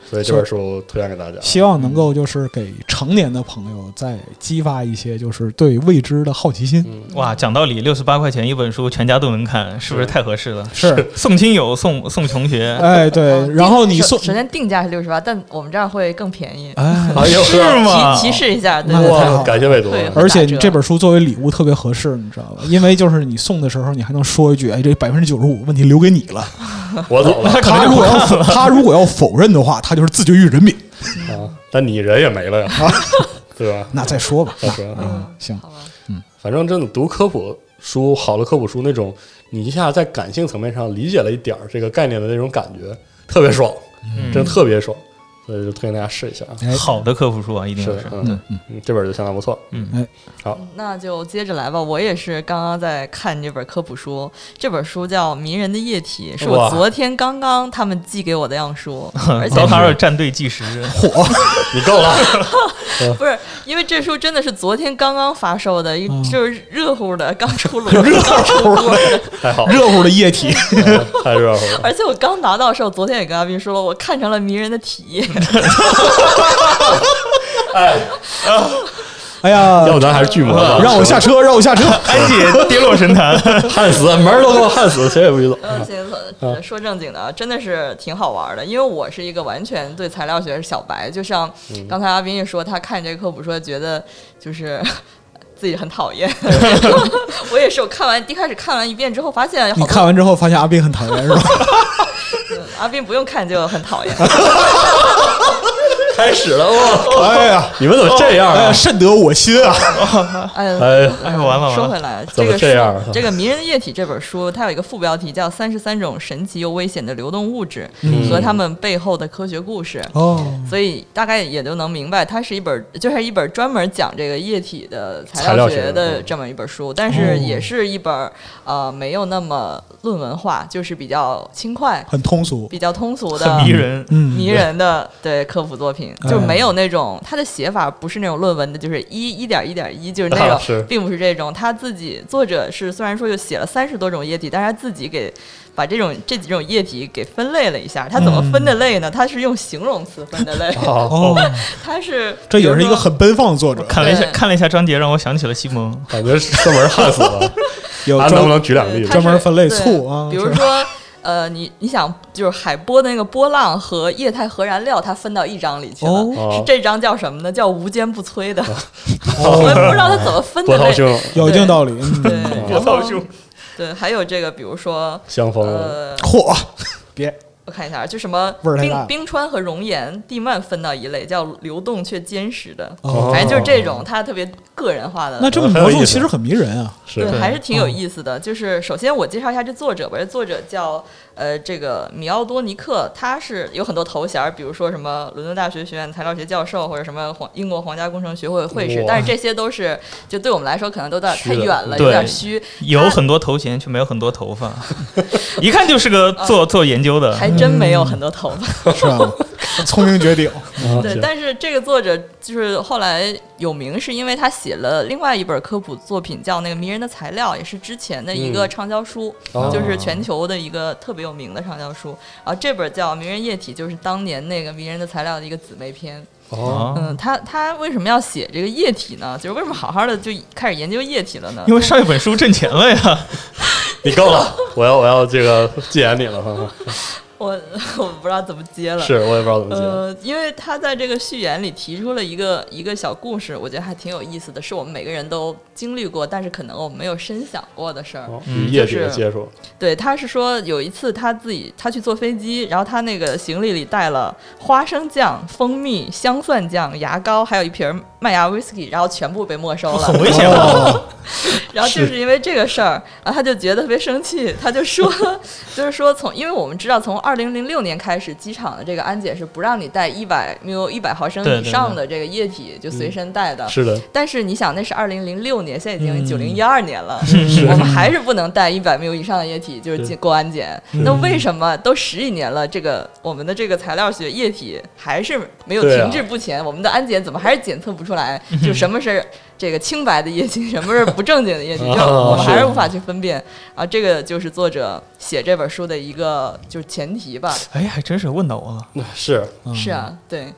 S1: 所以这本书推荐给大家。
S2: 希望能够就是给成年的朋友再激发一些就是对未知的好奇心。
S1: 嗯，
S4: 哇，讲道理，六十八块钱一本书，全家都能看，是不是太合适了？
S2: 是，
S4: 送亲友，送送穷学，
S2: 哎对，然后你送
S3: 哦首，首
S1: 嗯
S3: 先定价是六十八，但我们这样会更便宜。啊
S2: 哎，
S1: 哎呦，
S4: 是吗？
S3: 提提示一下，对
S2: 那
S3: 对
S2: 太
S1: 哇，
S2: 好了
S3: 对，
S1: 感谢魏总，啊
S3: 对
S2: 而且这本书作为礼物特别合适，你知道吧？因为就是你送的时候，你还能说一句：“哎，这百分之九十五问题留给你了。”
S1: 我走了
S2: 他如果要否他如果要否认的话，他就是自绝于人民。
S1: 啊，但你人也没了 呀，对吧？
S2: 那再说吧，
S1: 再说
S2: 那啊，行，
S3: 好吧，
S1: 反正真的读科普书，好的科普书那种，你一下在感性层面上理解了一点儿这个概念的那种感觉，特别爽，
S4: 嗯
S1: 真特别爽，所以就推荐大家试一下啊。
S2: 哎，
S4: 好的科普书啊，一定
S1: 是
S4: 要
S1: 的
S4: 是，。
S1: 嗯，嗯这本就相当不错。
S3: 那就接着来吧。我也是刚刚在看这本科普书，这本书叫《迷人的液体》，是
S1: 哇
S3: 我昨天刚刚他们寄给我的样 书，而且
S4: 刀塔尔战队计时，
S1: 你够了，
S3: 不是因为这书真的是昨天刚刚发售的，一
S2: 嗯
S3: 就是热乎的，刚 出炉，刚出锅的。
S1: 太好了，
S2: 热乎的液体，
S1: 太热乎 了。
S3: 而且我刚拿到的时候，昨天也跟阿斌说了，我看成了迷人的体。
S2: 哎呀，
S1: 要不咱还是巨啊魔吧，
S2: 啊让我 下车，让我 下车。
S4: 安姐跌落神坛，
S1: 焊死，门儿都给我焊死，谁也不许走。
S3: 呃，行呃说正经的啊，真的是挺好玩的，因为我是一个完全对材料学是小白，就像刚才阿斌也说，他看这个科普说觉得就是 自己很讨厌，我也是，我看完一开始看完一遍之后，发现好
S2: 你
S3: 多
S2: 看完之后发现阿斌很讨厌是吧？
S3: 阿斌不用看就很讨厌，
S1: 开始了，我
S2: 哎呀，
S1: 你们怎么这样
S2: 哎呀，
S1: 啊？
S2: 甚得我心啊！
S3: 哎呀。
S1: 哎呀，
S4: 哎，完了
S3: 说
S4: 完了，
S3: 回来，这
S1: 怎么
S3: 个
S1: 这样
S3: 书这个《迷人的液体》这本书，它有一个副标题叫《三十三种神奇又危险的流动物质和它们背后的科学故事》。
S2: 哦，
S3: 所以大概也就能明白，它是一本就是一本专门讲这个液体的材
S1: 材
S3: 料
S1: 料
S3: 学
S1: 学
S3: 的
S1: 嗯
S3: 这么一本书，但是
S2: 哦
S3: 也是一本呃没有那么论文化，就是比较轻快、
S2: 很通俗，
S3: 比较通俗的
S4: 很迷人，
S2: 嗯，
S3: 迷人的对科普作
S2: 哎
S3: 品，就没有那种他的写法不是那种论文的，就是一一点一点一，就是那
S2: 啊
S3: 种，
S1: 是
S3: 并不是这种。他自己作者是虽然说又写了三十多种液体，但是他自己给把这种这几种液体给分类了一下。他怎么分的类呢？他是用形容词分的类，
S1: 好，
S2: 嗯哦，
S3: 他是
S2: 这也是一个。
S3: 比如说
S2: 很奔放的作者，
S4: 看了一下
S3: 对
S4: 看了一下章节，让我想起了西蒙，
S1: 感觉这门儿焊死了。
S2: 有
S1: 咱能不
S2: 专
S1: 能举两个例
S3: 对
S1: 子
S3: 它
S2: 专门
S3: 是
S2: 分类
S3: 对
S2: 醋啊
S3: 比如说，呃，你你想就是海波的那个波浪和液态核燃料，它分到一章里去了。
S2: 哦
S1: 哦哦
S3: 是这章叫什么呢？叫无坚不摧的。 我们不知道它怎么分
S1: 波
S3: 的
S1: 涛
S3: 类。
S1: 汹，
S2: 有一定道理。嗯
S3: 对，然后
S4: 兄，
S3: 对，还有这个，比如说，
S1: 香风了，
S3: 呃，
S2: 嚯，别
S3: 我看一下，啊就什么
S2: 味儿太大
S3: 冰冰川和熔岩、地幔分到一类，叫流动却坚实的，
S2: 哦
S3: 反正就是这种，它特别个人化的。
S2: 那这么描述其实很迷人 啊。
S1: 是
S3: 对，
S4: 对
S3: 还是挺
S1: 嗯
S3: 有意思的。就是首先我介绍一下这作者吧，这作者叫呃这个米奥多尼克，他是有很多头衔儿，比如说什么伦敦大学学院材料学教授，或者什么皇英国皇家工程学会会士
S1: 哇，
S3: 但是这些都是就对我们来说可能都有点太
S1: 虚的
S3: 远了，
S4: 对
S3: 有点虚，
S4: 有很多头衔却没有很多头 发，一看就是个
S1: 啊
S4: 做做研究的，
S3: 还真没有很多头发。
S2: 是吧？聪明绝顶，
S1: 啊
S3: 对，
S1: 行
S3: 但是这个作者就是后来有名，是因为他写了另外一本科普作品，叫那个《迷人的材料》，也是之前的一个
S1: 嗯
S3: 畅销书，
S1: 哦
S3: 就是全球的一个特别有名的畅销书。然后这本叫《迷人液体》，就是当年那个《迷人的材料》的一个姊妹篇。
S1: 哦，
S4: 啊，
S3: 嗯，他他为什么要写这个液体呢？就是为什么好好的就开始研究液体了呢？
S4: 因为上一本书挣钱了呀，
S1: 嗯你够了，我要我要这个戒严你了，哈哈
S3: 我我不知道怎么接了。
S1: 是我也不知道怎么接。
S3: 呃，因为他在这个序言里提出了一个一个小故事，我觉得还挺有意思的，是我们每个人都经历过，但是可能我们没有深想过的事儿。
S1: 哦
S4: 嗯
S1: 与液体
S3: 就
S1: 的
S3: 是
S1: 接触，
S3: 对，他是说有一次他自己他去坐飞机，然后他那个行李里带了花生酱、蜂蜜、香蒜酱、牙膏，还有一瓶麦芽 whisky，然后全部被没收了。
S4: 很危险哦，
S3: 然后就是因为这个事儿，然后他就觉得特别生气，他就说， 就是说从，因为我们知道从二零零六年开始，机场的这个安检是不让你带一百 ml 一百毫升
S4: 对对
S3: 以
S4: 对嗯
S3: 上的这个液体就随身带的。
S1: 是的，
S3: 但是你想，那是二零零六年，现在已经
S2: 嗯
S3: 九零一二年了，我们还是不能带一百 ml 以上的液体就是进过安检。那为什么都十几年了，这个我们的这个材料学液体还是没有
S1: 对啊
S3: 停滞不前？我们的安检怎么还是检测不出来？就什么是这个清白的液体，什么是不正经的液体？
S1: 啊
S3: 这我们
S1: 是
S3: 还是无法去分辨。啊，这个就是作者写这本书的一个就是前提吧。
S4: 哎，还真是问到我了，
S1: 是
S2: 嗯
S3: 是，啊，对。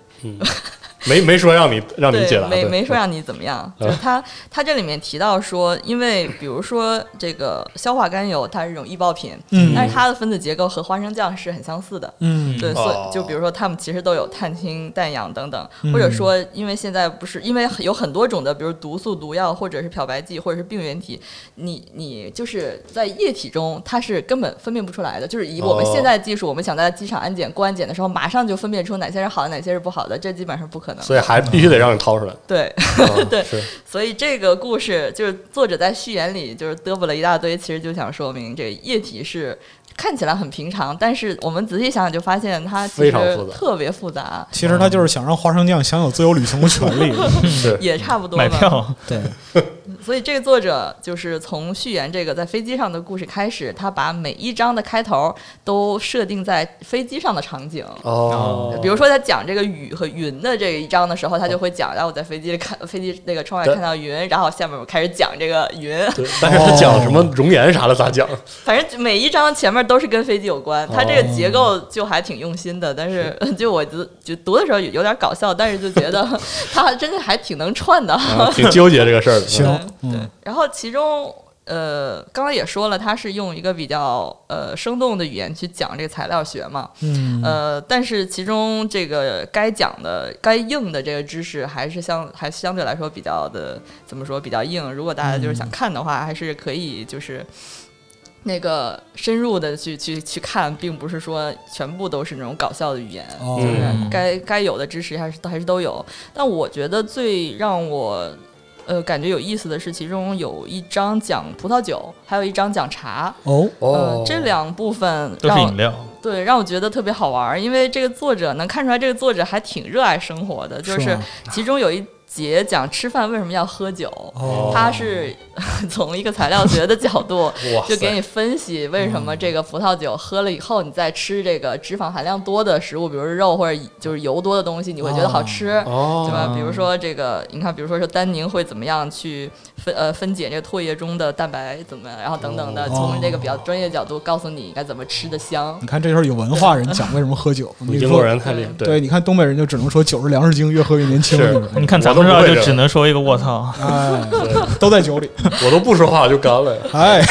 S1: 没没说让你让你
S3: 对，
S1: 解答，
S3: 没
S1: 啊对啊
S3: 没说让你怎么样。就是他他这里面提到说，因为比如说这个硝化甘油，它是一种易爆品，
S2: 嗯
S3: 但是它的分子结构和花生酱是很相似的。
S2: 嗯，
S3: 对，所
S1: 哦
S3: 以就比如说，它们其实都有碳氢、氮氧等等，
S2: 嗯
S3: 或者说，因为现在不是因为有很多种的，比如毒素、毒药，或者是漂白剂，或者是病原体，你你就是在液体中，它是根本分辨不出来的。就是以我们
S1: 哦
S3: 现在技术，我们想在机场安检、过安检的时候，马上就分辨出哪些是好的，哪些是不好的，这基本上不可能。
S1: 所以还必须得让你掏出来。
S3: 对，
S1: 啊
S3: 对
S1: 是
S3: 所以这个故事就是作者在序言里就是嘚啵了一大堆，其实就想说明这个液体是看起来很平常，但是我们仔细想想就发现它其
S1: 非
S3: 实
S1: 常复杂
S3: 特别复杂，
S2: 其 实他就是想让花生酱享有自由旅行的权利。
S1: 是
S3: 也差不多吧。
S4: 买票
S2: 对，
S3: 嗯所以这个作者就是从序言这个在飞机上的故事开始，他把每一章的开头都设定在飞机上的场景。
S1: 哦，
S3: 比如说，他讲这个雨和云的这一章的时候，他就会讲，然后我在飞机里看飞机那个窗外
S1: 对
S3: 看到云，然后下面我开始讲这个云，
S1: 对，但是他讲什么熔岩啥的咋讲？
S3: 反正每一章前面都是跟飞机有关，它这个结构就还挺用心的。但是 就我就就读的时候有有点搞笑，但是就觉得 它真的还挺能串的。
S1: 啊挺纠结这个事 儿的。
S2: 行
S1: 嗯，
S2: 嗯，
S3: 然后其中呃，刚刚也说了，它是用一个比较呃生动的语言去讲这个材料学嘛，
S2: 嗯，
S3: 呃，但是其中这个该讲的、该硬的这个知识，还是相还相对来说比较的怎么说比较硬。如果大家就是想看的话，还是可以就是那个深入的去去去看，并不是说全部都是那种搞笑的语言。
S2: 哦，
S1: 嗯
S3: 该该有的知识还是还是都有。但我觉得最让我呃感觉有意思的是，其中有一章讲葡萄酒，还有一章讲茶。
S2: 哦，
S1: 哦
S3: 呃，，这两部分
S4: 都是
S3: 让
S4: 饮料，
S3: 对，让我觉得特别好玩儿，因为这个作者能看出来，这个作者还挺热爱生活的。就是是
S2: 吗
S3: 其中有一节讲吃饭为什么要喝酒，
S2: 哦，
S3: 他是 从一个材料学的角度
S1: 哇
S3: 就给
S1: 塞，
S3: 你分析为什么这个葡萄酒喝了以后，你再吃这个脂肪含量多的食物，比如说肉或者就是油多的东西，你会觉得好吃。对
S1: 哦，
S3: 吧？比如说这个，你看，比如说是单宁会怎么样去分呃分解这个唾液中的蛋白怎么样，然后等等的，从这个比较专业角度告诉你应该怎么吃的香
S2: 你。看这时候有文化人讲为什么喝酒，你
S1: 英
S2: 说
S1: 国人太厉害，
S2: 对，，你看东北人就只能说酒是粮食精，越喝越年轻。
S1: 是
S2: 就是
S4: 你看咱
S1: 我都
S4: 们
S1: 不
S4: 这儿
S1: 会
S4: 就
S1: 这
S4: 只能说一个卧槽，
S2: 哎，
S1: 对
S2: 都在酒里。
S1: 我都不说话就干了呀。
S2: 哎，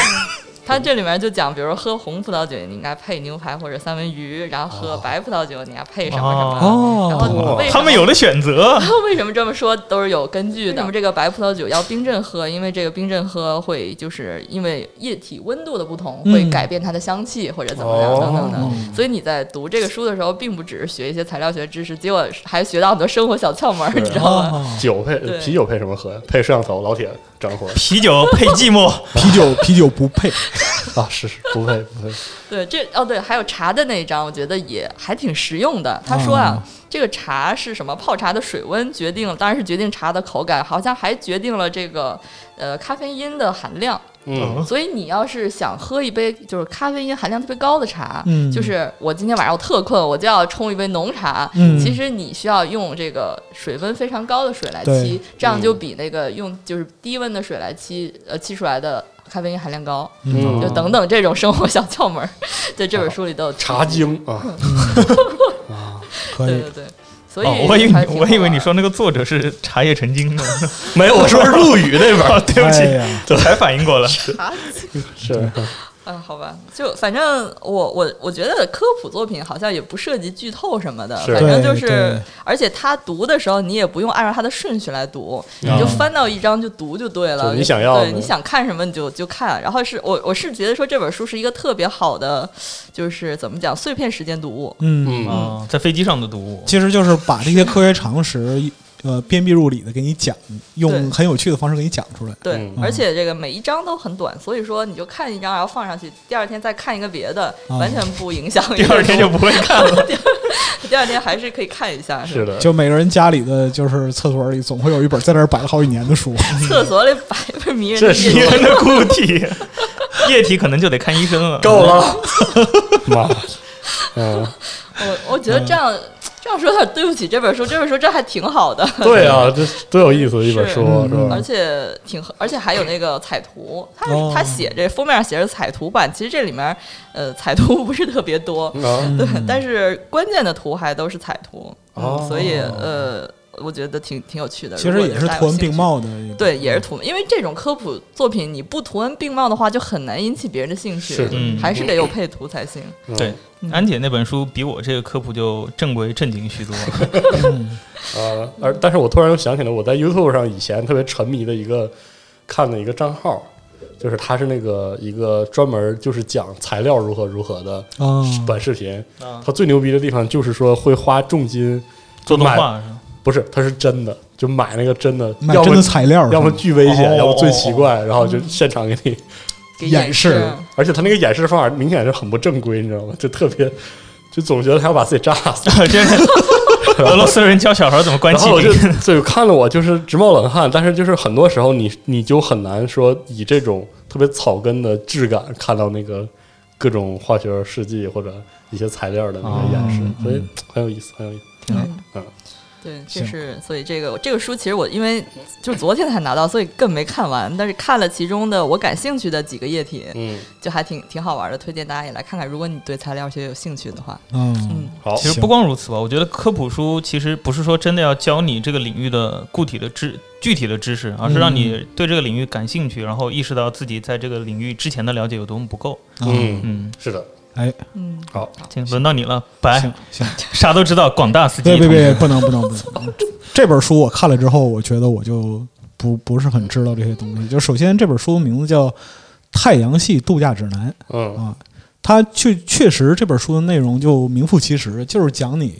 S3: 它这里面就讲，比如说喝红葡萄酒，你应该配牛排或者三文鱼，然后喝白葡萄酒，你要配什么什么。然
S2: 哦，
S3: 后
S1: 嗯
S3: 为什
S4: 他
S3: 么
S4: 们有的选择，
S3: 为什么这么说都是有根据的。为什么这个白葡萄酒要冰镇喝？因为这个冰镇喝会就是因为液体温度的不同，
S2: 嗯
S3: 会改变它的香气或者怎么样
S1: 哦
S3: 等等的。所以你在读这个书的时候，并不只是学一些材料学知识，结果还学到很多生活小窍门儿，
S1: 是
S3: 你知道吗？
S2: 哦
S1: 酒配
S3: 对
S1: 啤酒配什么喝呀？配摄像头，老铁张火
S4: 啤酒配寂寞，
S2: 啤酒啤酒不配。
S1: 啊，是是，不配不配。
S3: 对，这哦对，还有茶的那一章，我觉得也还挺实用的。他说啊，这个茶是什么？泡茶的水温决定了，当然是决定茶的口感，好像还决定了这个呃咖啡因的含量。
S1: 嗯，
S3: 所以你要是想喝一杯就是咖啡因含量特别高的茶，
S2: 嗯
S3: 就是我今天晚上我特困，我就要冲一杯浓茶。
S2: 嗯
S3: 其实你需要用这个水温非常高的水来
S2: 对
S3: 沏，这
S4: 嗯
S3: 样就比那个用就是低温的水来沏，呃，沏出来的咖啡因含量高。
S1: 嗯
S3: 就等等这种生活小窍门儿， 在这本书里都有提及
S1: 茶。精啊，
S2: 可
S3: 对
S2: 以
S3: 对对，所以
S4: 哦，我以为
S3: 还挺
S4: 你我以
S3: 好
S4: 为
S3: 玩
S4: 你
S3: 儿
S4: 说那个作者是茶叶成 精呢，
S1: 没有，我说是陆羽那本
S4: 哦
S1: 儿，
S4: 对不
S2: 哎
S4: 起，
S2: 呀
S4: 我才反应过来，
S3: 茶
S1: 是
S3: 啊，好吧，就反正我我我觉得科普作品好像也不涉及剧透什么的，
S1: 是
S3: 反正就
S2: 对
S3: 是
S2: 对，
S3: 而且他读的时候你也不用按照他的顺序来读，你就翻到一章就读就对了。
S1: 嗯就你想要
S3: 对
S1: 的
S3: 你想看什么你就就看。然后是我我是觉得说这本书是一个特别好的，就是怎么讲碎片时间读物。
S1: 嗯，
S2: 嗯，
S4: 啊，在飞机上的读物，
S2: 其实就是把这些科学常识，呃，鞭辟入里的给你讲，
S3: 对
S2: 用很有趣的方式给你讲出来。
S3: 对，
S1: 嗯
S3: 而且这个每一章都很短，所以说你就看一章，然后放上去，第二天再看一个别的，
S1: 哦
S2: 啊
S3: 完全不影响
S4: 第
S3: 阅读。
S4: 二天就不会看 了。
S3: 第二天还是可以看一下，
S1: 是的，
S2: 就每个人家里的就是厕所里总会有一本在那儿摆了好几年的书，
S3: 厕所里摆一本迷人的
S1: 这是
S3: 夜
S4: 敌人的固体， 液体可能就得看医生了。
S1: 够 了，妈的，嗯，
S3: 我我觉得这样、
S2: 嗯
S3: 这样说有点对不起这本书，这本书这还挺好的，
S1: 对啊，这多有意思的一本
S3: 是
S1: 书是
S2: 嗯
S1: 吧
S3: 而？且挺合而且还有那个彩图，它是、
S2: 哦
S3: 它写这封面上写着彩图版，其实这里面呃彩图不是特别多，
S2: 嗯
S1: 啊，
S3: 对，但是关键的图还都是彩图，嗯
S1: 哦
S3: 所以呃我觉得挺挺有趣的。
S2: 其
S3: 如
S2: 实
S3: 果
S2: 也是
S3: 大家
S2: 图
S3: 有
S2: 文
S3: 兴
S2: 并
S3: 趣。
S2: 茂的。
S3: 对，也是图，因为这种科普作品，你不图文并茂的话，就很难引起别人的兴趣，
S1: 是的
S4: 嗯
S3: 还是得有配图才行。
S1: 嗯
S4: 对，安姐那本书比我这个科普就正规正 经许多。
S1: 啊，而但是我突然又想起来，我在 YouTube 上以前特别沉迷的一个看的一个账号，就是他是那个一个专门就是讲材料如何如何的
S2: 啊，
S1: 短视频。
S4: 啊
S1: 他最牛逼的地方就是说会花重金
S4: 做动
S1: 买
S4: 画是吧？
S1: 不是，他是真的，就买那个真的，
S2: 买
S1: 要
S2: 真
S1: 么
S2: 的材料是吧，嗯
S1: 要么巨危险，
S4: 哦
S1: 要么最奇怪，然后就现场给你。
S3: 给
S2: 演
S3: 演
S2: 示
S1: 而且他那个演示方法 明显是很不正规，你知道吗？就特别，就总觉得他要把自己炸死。
S4: 真是俄罗斯人教小孩怎么关
S1: 然
S4: 机
S1: 后我
S4: 灵
S1: 就。 对看了我就是直冒冷汗，但是就是很多时候你你就很难说以这种特别草根的质感看到那个各种化学试剂或者一些材料的那个演示，
S2: 哦
S1: 所以很有意思，很有意思。
S2: 挺
S4: 啊
S2: 好
S1: 嗯
S3: 对，就是所以这个这个书其实我因为就昨天才拿到，所以更没看完，但是看了其中的我感兴趣的几个页品，
S1: 嗯，
S3: 就还挺挺好玩的，推荐大家也来看看。如果你对材料学有兴趣的话，
S2: 嗯
S3: 嗯，
S1: 好，
S4: 其实
S2: 行
S4: 不光如此吧，我觉得科普书其实不是说真的要教你这个领域的固体的知具体的知识，而是让
S2: 嗯
S4: 你对这个领域感兴趣，然后意识到自己在这个领域之前的了解有多么不够。
S1: 嗯，
S4: 嗯，
S1: 是的，
S2: 哎，
S3: 嗯，
S1: 好，
S4: 行，轮到你了，白
S2: 行，行，
S4: 啥都知道，广大司机
S2: 别别别，
S4: 同志。
S2: 不能不能不能！ 这本书我看了之后，我觉得我就不不是很知道这些东西。就首先这本书名字叫《太阳系度假指南》
S1: 嗯
S2: 啊，它确确实这本书的内容就名副其实，就是讲你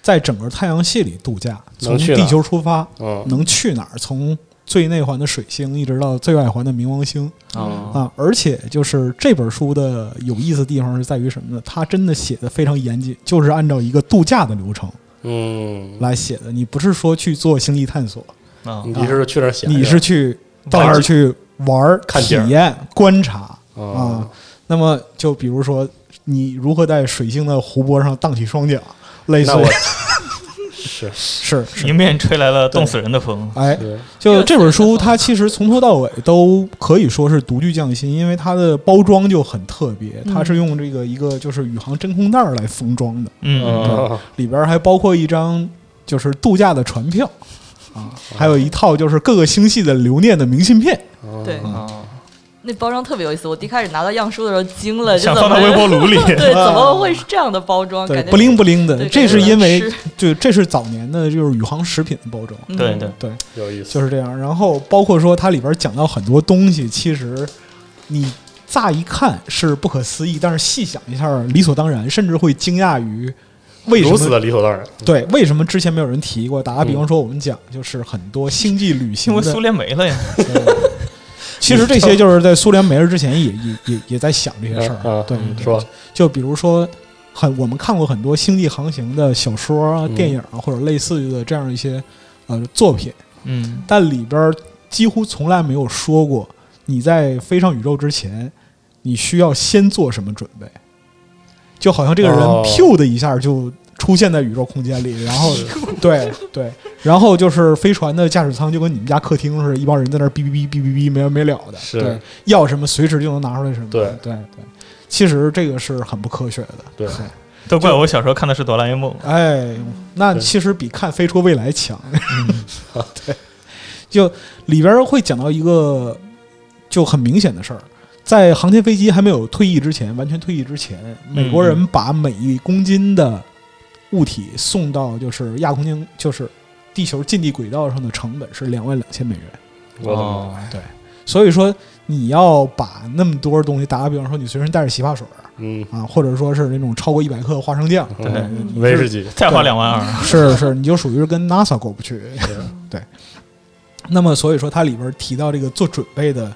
S2: 在整个太阳系里度假，从
S1: 能去哪儿
S2: 地球出发
S1: 嗯
S2: 能去哪儿，从最内环的水星一直到最外环的冥王星
S1: 哦
S2: 啊。而且就是这本书的有意思的地方是在于什么呢？它真的写的非常严谨，就是按照一个度假的流程。
S1: 嗯，
S2: 来写的，你不是说去做星际探索，
S4: 啊，
S1: 你是去那儿闲着，
S2: 你是去嗯到那儿去玩儿、
S1: 看
S2: 体
S1: 景儿
S2: 验、观察
S1: 嗯
S2: 啊。那么就比如说，你如何在水星的湖泊上荡起双桨，类似
S1: 那
S2: 于
S1: 我 是
S2: 是是，
S4: 迎面吹来了冻死人的风。
S2: 哎，
S1: 对，
S2: 就这本书，它其实从头到尾都可以说是独具匠心，因为它的包装就很特别，
S1: 嗯
S2: 它是用这个一个就是宇航真空袋儿来封装的，
S4: 嗯，
S1: 嗯
S2: 里边儿还包括一张就是度假的船票啊，还有一套就是各个星系的留念的明信片。
S1: 哦
S3: 嗯对，
S4: 啊，
S3: 那包装特别有意思。我第一开始拿到样书的时候惊了，
S4: 想
S3: 就怎
S4: 放
S3: 么
S4: 到微波 炉里
S3: 对，怎么
S4: 嗯
S3: 会是这样的包装？
S2: 对，
S3: 感觉
S2: 不灵不灵的，
S3: 对
S2: 这是因为
S3: 感觉
S2: 就这是早年的就是宇航食品的包装，
S3: 嗯
S4: 对对，
S2: 对，
S1: 有意思，
S2: 就是这样。然后包括说它里边讲到很多东西，其实你乍一看是不可思议，但是细想一下，理所当然，甚至会惊讶于为什
S1: 如此
S2: 么
S1: 的理所当然，
S2: 对为什么之前没有人提过。打个比方说，我们讲就是很多星际旅
S4: 因
S2: 行
S4: 为
S2: 的
S4: 苏联没了呀。
S2: 其实这些就是在苏联没了之前也也也也在想这些
S1: 嗯
S2: 事儿
S1: 嗯，
S2: 对
S1: 嗯
S2: 对
S1: 说
S2: 对，就比如说很我们看过很多星际航行的小说啊、
S1: 嗯
S2: 电影啊，或者类似于的这样一些呃作品，
S4: 嗯，
S2: 但里边儿几乎从来没有说过你在飞上宇宙之前，你需要先做什么准备，就好像这个人
S1: 哦
S2: “pew” 的一下就出现在宇宙空间里，然后 对对，然后就是飞船的驾驶舱就跟你们家客厅似的，一帮人在那儿哔哔哔哔哔哔没完没了的，
S1: 是
S2: 对，要什么随时就能拿出来什么，
S1: 对
S2: 对对，其实这个是很不科学的，
S1: 对
S4: 都怪我小时候看的是哆啦 A 梦。
S2: 哎，那
S1: 对嗯
S2: 其实比看《飞出未来》强。 对，就里边儿会讲到一个就很明显的事儿，在航天飞机还没有退役之前，完全退役之前，美国人把每一公斤的物体送到就是亚空间，就是地球近地轨道上的成本是两万两千美元。
S1: 我怎
S4: 哦
S1: 么，
S2: 对，所以说你要把那么多东西，打个比方说，你随身带着洗发水儿
S1: 嗯，
S2: 啊，或者说是那种超过一百克的花生酱，
S1: 对
S2: 哎你
S1: 威
S2: 是
S1: 士忌，
S4: 再花两万二，
S2: 是是，你就属于是跟 NASA 过不去。 对，那么所以说它里边提到这个做准备的，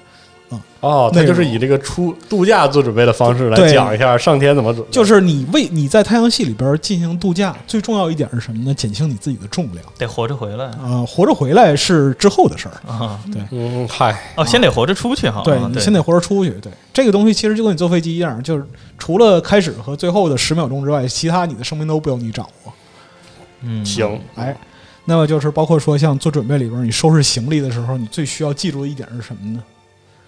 S1: 哦，
S2: 内
S1: 他
S2: 容
S1: 就是以这个出度假做准备的方式来
S2: 对
S1: 讲一下上天怎么准备，
S2: 就是你为你在太阳系里边进行度假，最重要一点是什么呢？减轻你自己的重量。
S4: 得活着回来
S2: 呃，活着回来是之后的事儿。
S4: 啊！
S1: 嗯，嗨，
S4: 哦，先得活着出去哈。
S2: 啊对
S4: 啊
S2: 你先得活着出去。对这个东西，其实就跟你坐飞机一样，就是除了开始和最后的十秒钟之外，其他你的生命都不由你掌握。
S4: 嗯，
S1: 行，
S2: 哎，那么就是包括说，像做准备里边，你收拾行李的时候，你最需要记住的一点是什么呢？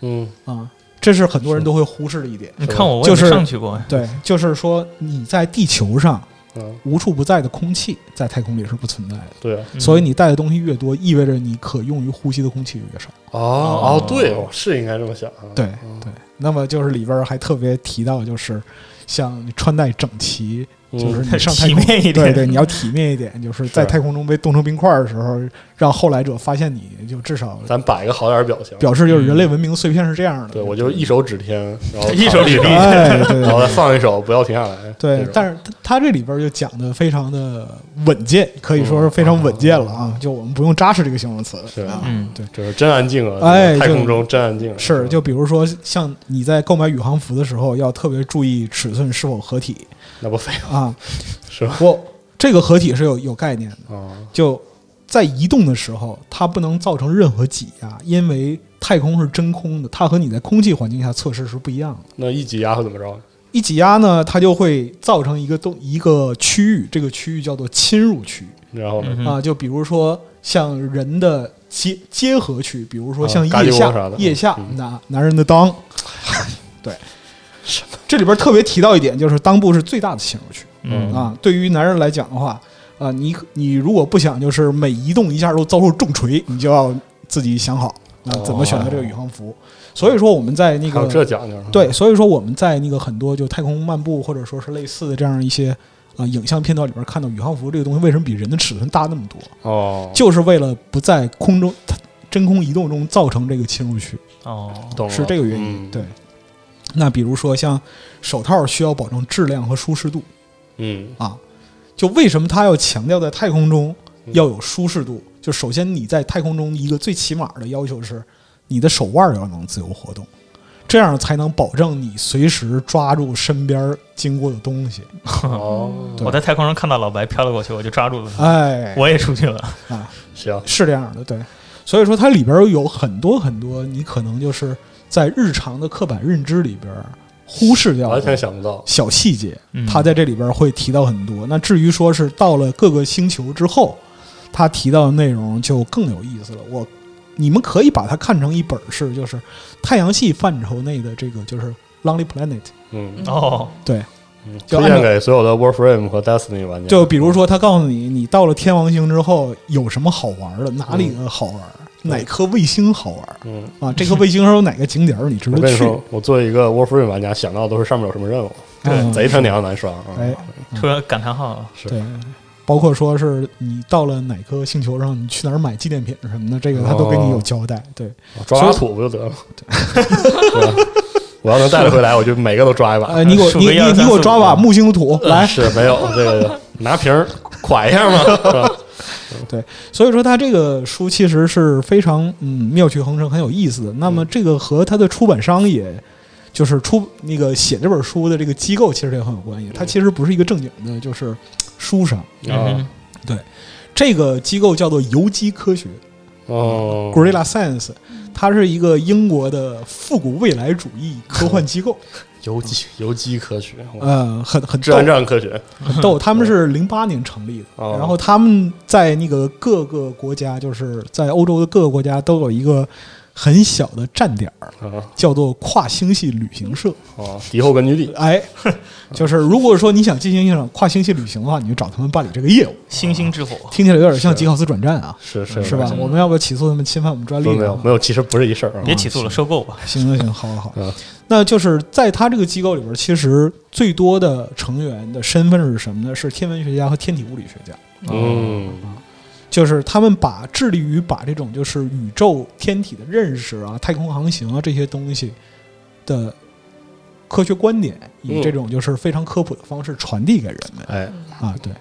S1: 嗯，
S2: 啊，这是很多人都会忽视的一点。
S4: 你看我，我
S2: 就
S4: 也
S2: 是
S4: 没上去过呀。
S2: 对，就是说你在地球上
S1: 嗯，
S2: 无处不在的空气，在太空里是不存在的，
S1: 对，啊
S4: 嗯
S2: 所以你带的东西越多，意味着你可用于呼吸的空气越少。
S1: 哦哦，对，我是应该这么想啊，
S2: 对
S1: 嗯
S2: 对，那么就是里边儿还特别提到，就是像你穿戴整齐，就是你上太
S4: 体
S2: 空，
S4: 面一
S2: 对
S4: 点
S2: 对，你要体面一点，就是在
S1: 是
S2: 太空中被冻成冰块儿的时候，让后来者发现你就至少
S1: 咱摆一个好点儿表情，
S2: 表示就是人类文明碎片是这样的。
S1: 对我就一手哦指天，然 后
S4: 一手指地
S2: 哎， 对
S1: 然
S2: 对
S1: 后再放一手，不要停下来，
S2: 对，但
S1: 是
S2: 是他他这里边就讲的非常的稳健，可以说是非常稳健了啊！就我们不用扎实这个形容词，
S1: 嗯是
S2: 啊，
S4: 嗯
S2: 对，
S1: 就是真安静啊，
S2: 哎
S1: 这个太
S2: 就
S1: 空中真安静啊，
S2: 是就比如说像你在购买宇航服的时候，要特别注意尺寸是否合体
S1: 那不废话
S2: 啊。
S1: 是吧？
S2: 我这个合体是有有概念的，
S1: 啊，
S2: 就在移动的时候，它不能造成任何挤压，因为太空是真空的，它和你在空气环境下测试是不一样的。
S1: 那一挤压会怎么着？
S2: 一挤压呢，它就会造成一个动一个区域，这个区域叫做侵入区
S1: 然后呢？
S4: 嗯
S2: 啊，就比如说像人的结结合区，比如说像
S1: 啊
S2: 腋
S1: 嘎叽窝啥
S2: 下
S1: 的、
S2: 腋下
S1: 嗯
S2: 男男人 的裆，对，这里边特别提到一点，就是裆部是最大的侵入区。
S4: 嗯
S2: 啊，对于男人来讲的话，啊，你你如果不想就是每移动一下都遭受重锤，你就要自己想好啊怎么选择这个宇航服。所以说我们在那
S1: 哦还有这
S2: 个
S1: 讲究？，
S2: 对，所以说我们在那个很多就太空漫步或者说是类似的这样一些啊、影像片段里边看到宇航服这个东西为什么比人的尺寸大那么多，
S1: 哦，
S2: 就是为了不在空中它真空移动中造成这个侵入区，
S4: 哦，
S1: 懂了
S2: 是这个原因。
S1: 嗯
S2: 对，那比如说像手套需要保证质量和舒适度。
S1: 嗯，
S2: 啊，就为什么他要强调在太空中
S1: 嗯
S2: 要有舒适度？就首先你在太空中一个最起码的要求是，你的手腕儿要能自由活动，这样才能保证你随时抓住身边儿经过的东西。
S1: 哦，
S2: 对
S4: 我在太空上看到老白飘了过去，我就抓住了他，
S2: 哎，
S4: 我也出去了。
S2: 啊，
S1: 行，
S2: 是这样的，对。所以说它里边儿有很多很多，你可能就是在日常的刻板认知里边儿忽视掉
S1: 完
S2: 的
S1: 全想不到。
S2: 小细节。
S4: 嗯
S2: 他在这里边会提到很多。那至于说是到了各个星球之后，他提到的内容就更有意思了。我，你们可以把它看成一本是就是太阳系范畴内的这个就是 Lonely Planet。
S1: 嗯，
S4: 哦，
S2: 对，
S1: 嗯
S2: 就
S1: 推
S2: 按
S1: 荐
S2: 照
S1: 给所有的 Warframe 和 Destiny 玩家。
S2: 就比如说他告诉你，你到了天王星之后有什么好玩的，哪里好玩，哪颗卫星好玩
S1: 嗯，
S2: 啊？这颗卫星上有哪个景点儿你值
S1: 我
S2: 得
S1: 跟你
S2: 去？
S1: 说，我作为一个 Warframe 玩家，想到的都是上面有什么任务，
S4: 对
S2: 嗯
S1: 贼他娘难刷啊！
S2: 哎
S4: 突然感叹号，
S1: 是
S2: 对，包括说是你到了哪颗星球上，你去哪儿买纪念品什么的，这个他都给
S1: 哦
S2: 你有交代。对，
S1: 抓把土不就得了？ 对我要能带得回来，我就每个都抓 一把。
S2: 呃，你给我
S4: 数
S2: 你
S4: 个呃一
S2: 你
S4: 二
S2: 你
S4: 三
S2: 给我
S4: 四
S2: 抓
S4: 五
S2: 把木星土来。
S1: 是没有这 个拿瓶儿蒯一下嘛，是吧？
S2: 所以说，他这个书其实是非常嗯妙趣横生，很有意思的。那
S1: 嗯
S2: 么这个和他的出版商也。就是出那个写这本书的这个机构其实也很有关系，
S1: 嗯
S2: 它其实不是一个正经的，就是书商。
S1: 啊
S4: 嗯，
S2: 这个机构叫做游击科学
S1: 哦，
S2: （Gorilla Science），它是一个英国的复古未来主义
S1: 嗯
S2: 科幻机构。
S1: 游击游击科学，哇
S2: 呃，很很
S1: 治
S2: 逗
S1: 安，战科学，
S2: 很逗。他们是零八年成立的，
S1: 嗯哦
S2: 然后他们在那个各个国家，就是在欧洲的各个国家都有一个很小的站点儿，
S1: 啊
S2: 叫做跨星系旅行社。
S1: 哦，敌后根据地，
S2: 哎，就是如果说你想进行一场跨星系旅行的话，你就找他们办理这个业务。
S4: 星星之火，
S2: 听起来有点像吉考斯转站啊，
S1: 是是
S2: 是吧？
S1: 没
S2: 我们要不要起诉他们侵犯我们专利
S1: 有
S2: 呢？
S1: 没有没有，其实不是一事
S2: 嗯
S1: 儿啊，
S4: 别起诉了，收购吧。
S2: 行行行，好好好
S1: 嗯。
S2: 那就是在他这个机构里边，其实最多的成员的身份是什么呢？是天文学家和天体物理学家。
S1: 嗯
S2: 就是他们把致力于把这种就是宇宙天体的认识啊、太空航行啊这些东西的科学观点，以
S1: 嗯
S2: 这种就是非常科普的方式传递给人们、
S1: 哎
S4: 嗯
S2: 啊，对，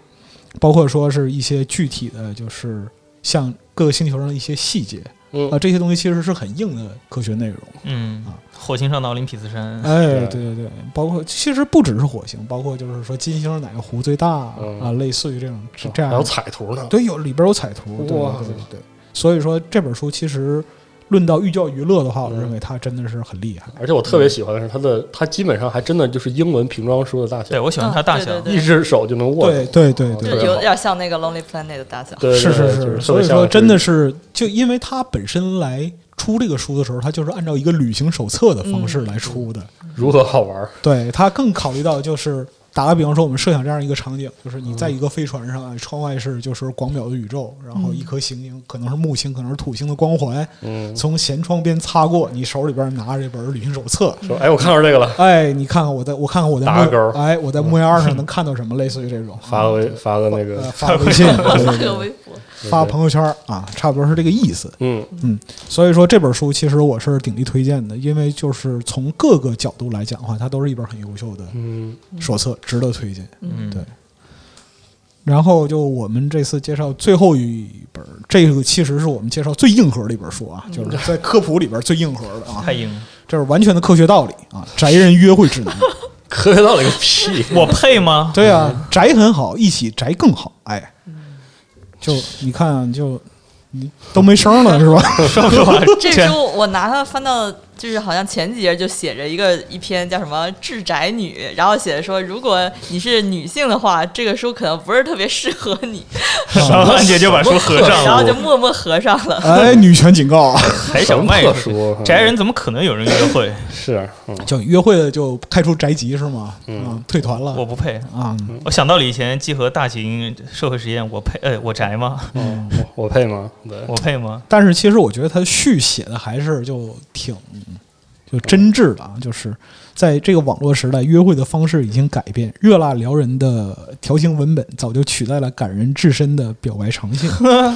S2: 包括说是一些具体的就是像各个星球上的一些细节
S1: 嗯
S2: 啊，这些东西其实是很硬的科学内容。
S4: 嗯
S2: 啊，
S4: 火星上的奥林匹斯 山，
S2: 哎，
S1: 是啊
S2: 对对对，包括其实不只是火星，包括就是说金星哪个湖最大啊，
S1: 嗯
S2: 啊类似于这种这
S1: 还
S2: 样的
S1: 有彩图呢，
S2: 对，有里边有彩图，对
S1: 哇
S2: 对对对。所以说这本书其实论到寓教于乐的话，我
S1: 嗯
S2: 认为它真的是很厉害。
S1: 而且我特别喜欢的是它的，它基本上还真的就是英文瓶装书的大
S4: 对
S1: 小，
S4: 我喜欢它大小
S3: 啊对，对
S1: 一只手就能握
S2: 对
S1: 住，
S2: 对
S1: 特
S2: 对
S3: 就
S1: 别
S4: 嗯
S2: 对，
S1: 好
S3: 有点像那个 Lonely Planet 的大 小。
S1: 对，对
S2: 是
S1: 哦啊对
S2: 是，
S1: 就是特
S2: 所
S1: 别
S2: 以
S1: 像
S2: 说真的是，就因为它本身来出这个书的时候，它就是按照一个旅行手册的方
S1: 嗯
S2: 式来出的。
S1: 如何好玩儿，
S2: 对，它更考虑到就是。打个比方说，我们设想这样一个场景，就是你在一个飞船上，啊，窗外是就是广袤的宇宙，然后一颗行星，可能是木星，可能是土星的光环，
S1: 嗯，
S2: 从舷窗边擦过，你手里边拿着这本旅行手册，
S1: 说哎，我看到这个了，
S2: 哎，你看看我在，我看看我在
S1: 打个
S2: 木
S1: 勾儿
S2: 哎，我在木幺二上能看到什么，类似于这种
S1: 发个微发个那个
S2: 呃，发微信，对对
S3: 这
S2: 对
S3: 个微博，
S2: 发朋友圈儿啊，差不多是这个意思。
S1: 嗯
S2: 所以说这本书其实我是鼎力推荐的，因为就是从各个角度来讲的话，它都是一本很优秀的
S1: 嗯，
S2: 手册，值得推荐。
S4: 嗯，
S2: 对然后就我们这次介绍最后一本儿，这个其实是我们介绍最硬核的一本书啊，就是在
S4: 哎
S2: 科普里边儿最硬核的啊
S4: 太，硬了。
S2: 这是完全的科学道理啊，宅人约会指南。
S1: 科学道理个屁！
S4: 我 配吗？
S2: 对啊，宅很好，一起宅更好。哎，就你看，就你都没声了是吧？
S4: 说实话，
S3: 这
S4: 前
S3: 书我拿它翻到，就是好像前几页就写着一个一篇叫什么“治宅女”，然后写着说，如果你是女性的话，这个书可能不是特别适合你，
S4: 然后安姐就把书合 上
S3: 然后就
S4: 了，
S3: 默默合上了。
S2: 哎，女权警告啊！
S4: 我还想卖
S1: 什么特殊啊
S4: 宅人怎么可能有人约会？
S1: 是，嗯，
S2: 就约会的就开除宅籍是吗？啊，退团
S4: 我
S2: 了
S4: 不配。
S2: 啊！
S4: 我想到了以前集合大型社会实验，我配，呃，我宅吗？
S1: 哦我我配吗？对，
S4: 我配 吗？
S2: 但是其实我觉得他续写的还是就挺就真挚的啊，就是在这个网络时代，约会的方式已经改变，热辣撩人的条形文本早就取代了感人至深的表白长 信。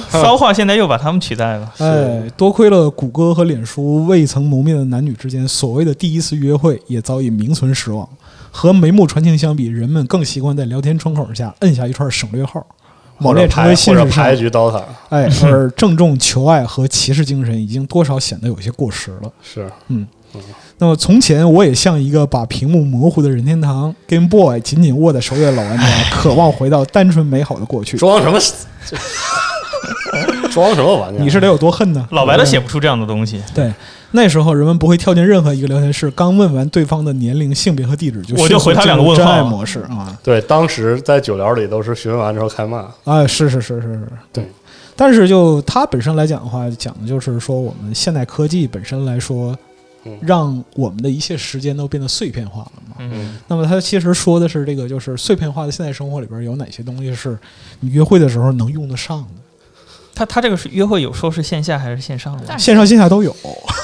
S4: 骚话现在又把他们取代了。
S2: 哎，多亏了谷歌和脸书未曾谋面的男女之间，所谓的第一次约会也早已名存实亡。和眉目传情相比，人们更习惯在聊天窗口下摁下一串省略号，
S1: 或
S2: 网
S1: 者
S2: 恋成
S1: 牌
S2: 为现
S1: 或者
S2: 实上
S1: 牌局 DOTA
S2: 哎，而郑重求爱和骑士精神已经多少显得有些过时了。
S1: 是，
S2: 那么从前，我也像一个把屏幕模糊的任天堂 Game Boy 紧紧握在手里的老玩
S4: 哎
S2: 家，渴望回到单纯美好的过去。
S1: 装什 么？ 这装什么玩意儿？
S2: 你是得有多恨呢？
S4: 老白都写不出这样的东西，
S2: 对，那时候人们不会跳进任何一个聊天室，刚问完对方的年龄、性别和地址，就
S4: 我
S2: 迅
S4: 就
S2: 速
S4: 回他
S2: 进
S4: 两个
S2: 入
S4: 问
S2: 真
S4: 号
S2: 爱模式啊！
S1: 对，当时在酒聊里都是询问完之后开骂，
S2: 啊，是是是是是，
S1: 对。
S2: 但是就它本身来讲的话，讲的就是说我们现代科技本身来说
S1: 嗯，
S2: 让我们的一切时间都变得碎片化了嘛。
S4: 嗯，
S2: 那么它其实说的是这个，就是碎片化的现代生活里边有哪些东西是你约会的时候能用得上的，
S4: 他他这个是约会，有时候是线下还是线上的
S3: 但？
S2: 线上线下都有。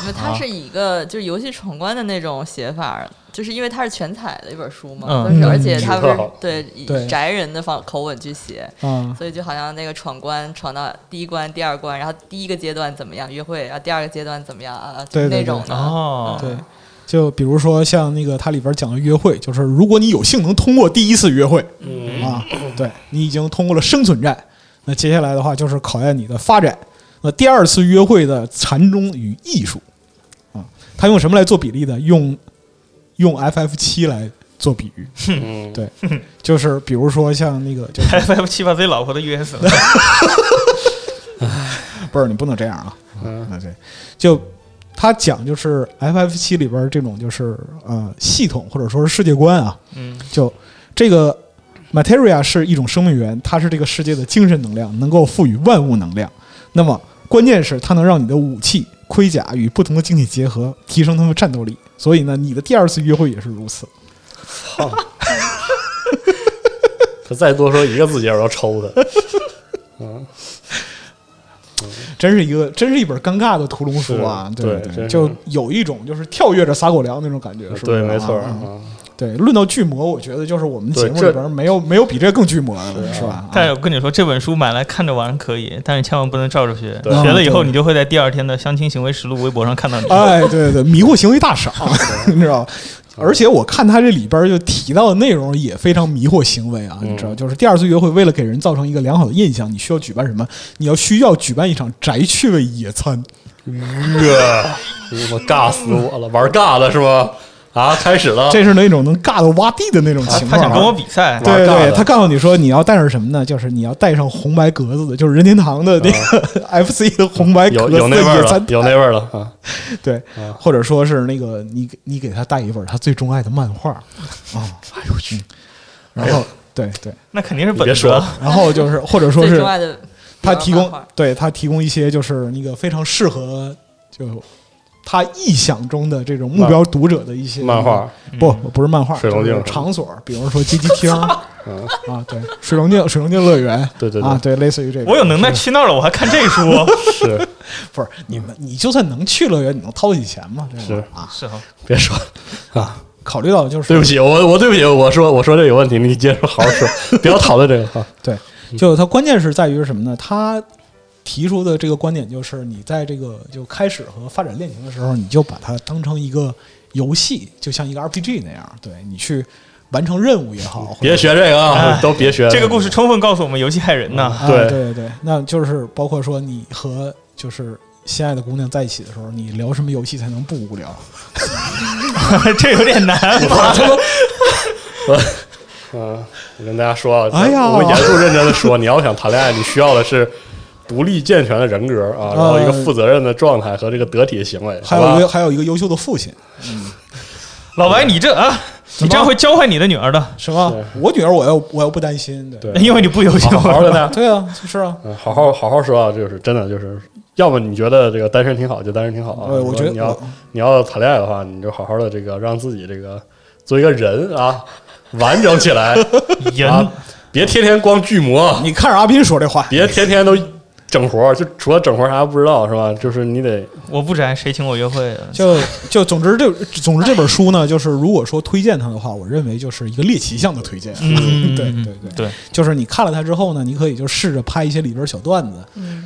S3: 因为
S4: 啊
S3: 它是以一个就是游戏闯关的那种写法，就是因为它是全彩的一本书嘛，
S4: 嗯
S3: 就是
S2: 嗯
S3: 而且它
S1: 纸
S3: 是
S1: 特好
S3: 对以
S2: 对
S3: 宅人的方口吻去写，
S2: 啊，
S3: 所以就好像那个闯关闯到第一关、第二关，然后第一个阶段怎么样约会，然后第二个阶段怎么样啊，就是
S2: 对对
S3: 那种的。啊
S4: 哦，
S2: 对，就比如说像那个它里边讲的约会，就是如果你有幸能通过第一次约会
S1: 嗯，
S2: 啊，对你已经通过了生存战，那接下来的话就是考验你的发展。那第二次约会的禅宗与艺术啊，它用什么来做比例呢？用用 FF 七来做比喻，
S1: 嗯
S2: 对就是比如说像那个，就是
S4: FF 七把自己老婆都约死了，
S2: 不是你不能这样啊，
S1: 嗯
S2: 那对，就他讲就是 FF 七里边儿这种就是呃系统或者说是世界观啊，
S4: 嗯，
S2: 就这个 materia 是一种生命源，它是这个世界的精神能量，能够赋予万物能量。那么关键是它能让你的武器、盔甲与不同的晶体结合，提升它们的战斗力。所以呢，你的第二次约会也是如此。
S1: 操！他再多说一个字节，我要抽他。
S2: 真是一个，真是一本尴尬的屠龙书啊！
S1: 是
S2: 对
S1: 对真
S2: 对，
S1: 是
S2: 就有一种就是跳跃着撒狗粮那种感觉， 是吧？
S1: 对，没错儿。
S2: 啊
S1: 啊
S2: 对，论到巨魔，我觉得就是我们节
S1: 对
S2: 目里
S1: 这
S2: 边没有没有比这更巨魔的了，
S1: 是啊
S2: 是吧？啊
S4: 但是我跟你说，这本书买来看着玩可以，但是千万不能照着学。
S1: 对
S4: 学了以后，
S2: 嗯对
S4: 你就会在第二天的相亲行为实录微博上看到你。
S2: 哎，对对对，迷惑行为大赏， 你知道吧？而且我看他这里边就提到的内容也非常迷惑行为啊，
S1: 嗯
S2: 你知道，就是第二次约会为了给人造成一个良好的印象，你需要举办什么？你要需要举办一场宅趣味野餐，
S1: 我尬死我了，玩尬了是吗？啊，开始了，
S2: 这是那种能尬到挖地的那种
S4: 啊
S2: 情
S4: 他
S2: 况
S4: 想跟我
S2: 啊。
S4: 比赛，
S2: 对
S1: 玩尬的
S2: 对，他告诉你说你要带上什么呢？就是你要带上红白格子的，就是任天堂的那 个 FC 的红白格
S1: 啊有
S2: 子的
S1: 有那味儿
S2: 野
S1: 了
S2: 餐，
S1: 有那味儿了啊！
S2: 对，或者说是那个你给你给他带一本他最钟爱的漫 画啊，哎呦我去，然后对对，
S4: 那肯定是
S1: 你
S4: 本
S1: 别
S4: 子
S1: 说
S4: 啊。
S1: 了，
S2: 然后 就是或者说
S3: 最
S2: 是
S3: 钟爱的
S2: 他提供
S3: 漫画
S2: 对他提供一些就是那个非常适合就他臆想中的这种目标读者的一些
S1: 漫 画，嗯
S2: 不不是漫画，
S1: 水龙
S2: 就是
S1: 镜
S2: 场所，比如说街机 厅啊，
S1: 嗯，
S2: 对，水龙镜水龙镜乐园。
S1: 对对
S2: 啊
S1: 对，，
S2: 对，类似于这个，
S4: 我有能耐去那儿了，我还看这书，
S1: 是
S2: 不是你们，你就算能去乐园，你能掏得起钱吗？这种
S1: 是
S2: 啊，
S4: 是啊，
S1: 别说了，啊
S2: 考虑到就是
S1: 对不起，我我对不起，我说我说这有问题，你接着好好 说，不要讨论这个啊哈。
S2: 对，就它关键是在于什么呢？他提出的这个观点就是，你在这个就开始和发展恋情的时候，你就把它当成一个游戏，就像一个 RPG 那样，对你去完成任务也好，或者
S1: 别学这个啊，
S4: 哎
S1: 都别学
S4: 这个故事。充分告诉我们游戏害人呐。
S2: 啊，
S1: 对
S2: 对对对，那就是包括说你和就是心爱的姑娘在一起的时候，你 聊什么游戏才能不无聊？
S4: 这有点难吧？
S1: 嗯，我跟大家说啊，
S2: 哎呀
S1: 我严肃认真的说，你要想谈恋爱，你需要的是独立健全的人格啊，然后一个负责任的状态和这个得体的行为，
S2: 嗯还
S1: 好吧
S2: 有一个还有一个优秀的父亲，
S4: 老白，你这啊，你这样会教坏你的女儿的，
S2: 什么？我女儿我又我又不担心，对
S1: 对
S4: 因为你不优秀。
S1: 好好跟 大家
S2: 对啊，是啊，
S1: 嗯，好好好好说啊，就是真的就是，要么你觉得这个单身挺好，就单身挺好啊。
S2: 呃我
S1: 如果
S2: 觉得
S1: 你要
S2: 我
S1: 你要谈恋爱的话，你就好好的这个让自己这个做一个人啊，完整起 来
S4: 人
S1: 啊，别天天光巨魔，
S2: 你看着阿斌说这话，
S1: 别天天都整活儿，就除了整活儿啥都不知道是吧？就是你得
S4: 我不宅，谁请我约会啊？
S2: 就就总之这总之这本书呢，就是如果说推荐它的话，我认为就是一个猎奇向的推荐。
S4: 嗯，
S2: 对
S4: 嗯
S2: 对对
S4: 对，
S2: 就是你看了它之后呢，你可以就试着拍一些里边小段子，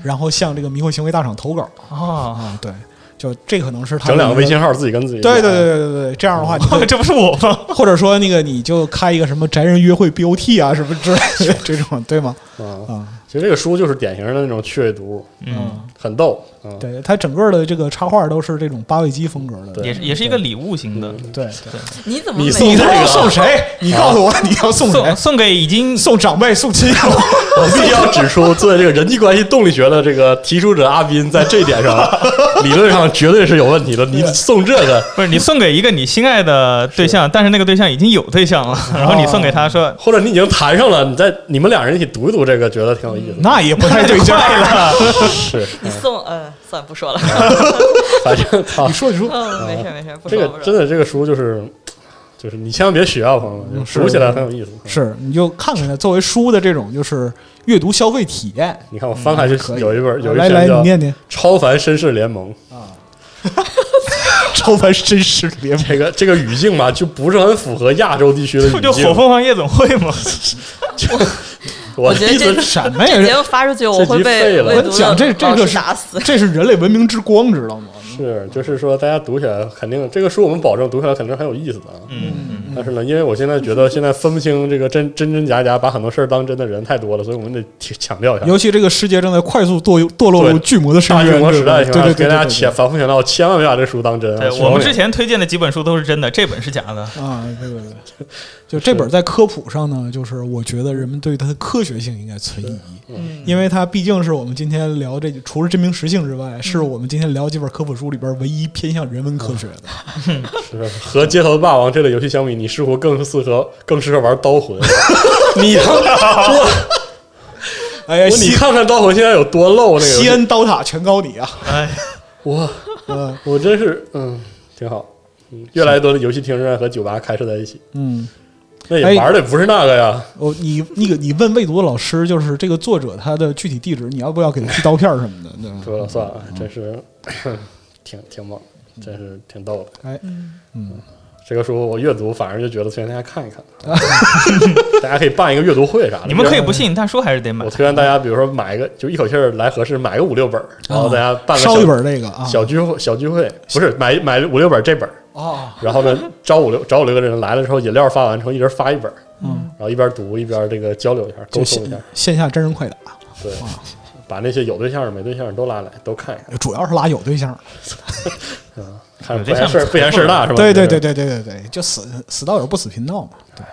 S2: 然后向这个迷惑行为大厂投稿
S4: 哦，
S2: 啊。对，就这可能是他
S1: 整两个
S2: 的一
S1: 微信。号啊自己跟自己
S2: 对对对对对对，这样的话，你就
S4: 哦这不是我吗？
S2: 或者说那个你就开一个什么宅人约会 BOT 啊什么之类 的这种，对吗？
S1: 对啊，
S2: 啊，
S1: 其实这个书就是典型的那种趣味读物，
S4: 嗯，
S1: 很逗啊。
S2: 对，它整个的这个插画都是这种八位机风格的。
S1: 对
S4: 也是也是一个礼物型的，
S2: 对，
S3: 你怎么
S1: 你
S3: 每
S1: 送
S2: 你
S1: 这
S2: 他
S1: 个
S2: 妈
S1: 啊
S2: 送谁？你 告诉我你要送谁
S4: 送？呃送给已经
S2: 送长辈，送亲友。
S1: 我必须要指出，作为这个人际关系动力学的这个提出者阿斌，在这一点上，理论上绝对是有问题的。你送这个，
S4: 不是你送给一个你心爱的对象，但是那个对象已经有对象了，然后你送给他说
S1: 或者你已经谈上了，你再你们俩人一起读一读这个，觉得挺有意思的。
S2: 那也不太对劲
S4: 坏
S2: 儿。
S4: 了，
S1: 是，
S3: 你送，嗯，算了不 说了，
S1: 反正操
S2: 你，说，你说，
S3: 嗯，没事没事，不
S1: 这
S3: 说
S1: 个
S3: 不
S1: 真
S3: 说。
S1: 的这个书就是，就是你千万别学啊，朋友们，
S2: 是
S1: 读起来很有意思。，
S2: 是你就看看它作为书的这种就是阅读消费体验。
S1: 你看我翻开就
S2: 嗯可以啊
S1: 有一本有一
S2: 来
S1: 篇
S2: 来，你
S1: 叫《
S2: 念念
S1: 超凡绅士联盟》，
S2: 超凡绅士联盟。
S1: 这个这个语境吧，就不是很符合亚洲地区的语
S4: 不
S1: 境。
S4: 就火凤凰夜总会吗？
S1: 我
S3: 我觉得
S1: 一直
S3: 这
S2: 什么
S3: 这节
S2: 呀？
S3: 目发出去，我会
S1: 这集废
S3: 被
S1: 了
S3: 被
S2: 我讲这这个是
S3: 打死。
S2: 这是人类文明之光，知道吗？
S1: 是，就是说大家读起来肯定，这个书我们保证读起来肯定很有意思的啊。
S4: 嗯，
S1: 但是呢，因为我现在觉得现在分不清这个真真真假假，把很多事儿当真的人太多了，所以我们得提强调一下。
S2: 尤其这个世界正在快速堕堕落入
S1: 对
S2: 巨魔的深
S1: 大
S2: 渊，
S1: 规模时代
S2: 对
S1: 情况
S2: 吧对
S1: 下，
S2: 对对
S1: 给大家
S2: 对对
S1: 千反复强调，千万别把这书当真啊。
S4: 对
S1: 千
S4: 我
S1: 万
S4: 们
S1: 别
S4: 之前推荐的几本书都是真的，这本是假的。
S2: 啊，对对对，就这本在科普上呢，就是我觉得人们对它的科学性应该存疑，
S3: 嗯，
S2: 因为它毕竟是我们今天聊这除了真名实姓之外，是我们今天聊几本科普书里边唯一偏向人文科学的。
S1: 是和《街头霸王》这类游戏相比，你似乎更适合更适合玩刀魂。你我
S2: 哎呀，
S1: 我你
S2: 西
S1: 看看刀魂现在有多漏那个游戏
S2: 西安刀塔全高你啊！
S4: 哎，
S1: 我
S2: 嗯
S1: 我真是嗯挺好，嗯，越来越多的游戏厅院和酒吧开设在一起，
S2: 嗯，
S1: 那
S2: 哎
S1: 也玩的也不是那个呀。
S2: 哦，你那个你问未读的老师，就是这个作者他的具体地址，你要不要给他寄刀片儿什么的？对吧？
S1: 说了算了，真是 挺挺猛，真是挺逗的。
S2: 哎，
S1: 这个书我阅读，反正就觉得推荐大家看一 看，大家可以办一个阅读会啥的。
S4: 你们可以不信，但书还是得买
S1: 我。推荐大家，比如说买一个，就一口气儿来合适，买个五六本儿，然后大家办个
S2: 烧一
S1: 小
S2: 本这个啊，
S1: 小聚会，小聚会不是买买五六本这本儿，
S2: 哦，
S1: 然后呢找五六找五六个人来了之后，饮料发完之后，一人发一本儿，
S2: 嗯，
S1: 然后一边读一边这个交流一下，沟
S2: 就
S1: 通一下
S2: 线，线下真人快打。
S1: 对，把那些有对象的没对象的都拉来，都看一看，
S2: 主要是拉有对象，
S1: 看
S4: 有
S1: 不
S4: 对象
S1: 嫌事儿不嫌事儿大是吧？
S2: 对对
S1: 就
S2: 对
S1: 是，
S2: 对对对对，就死死道友不死贫道嘛。对，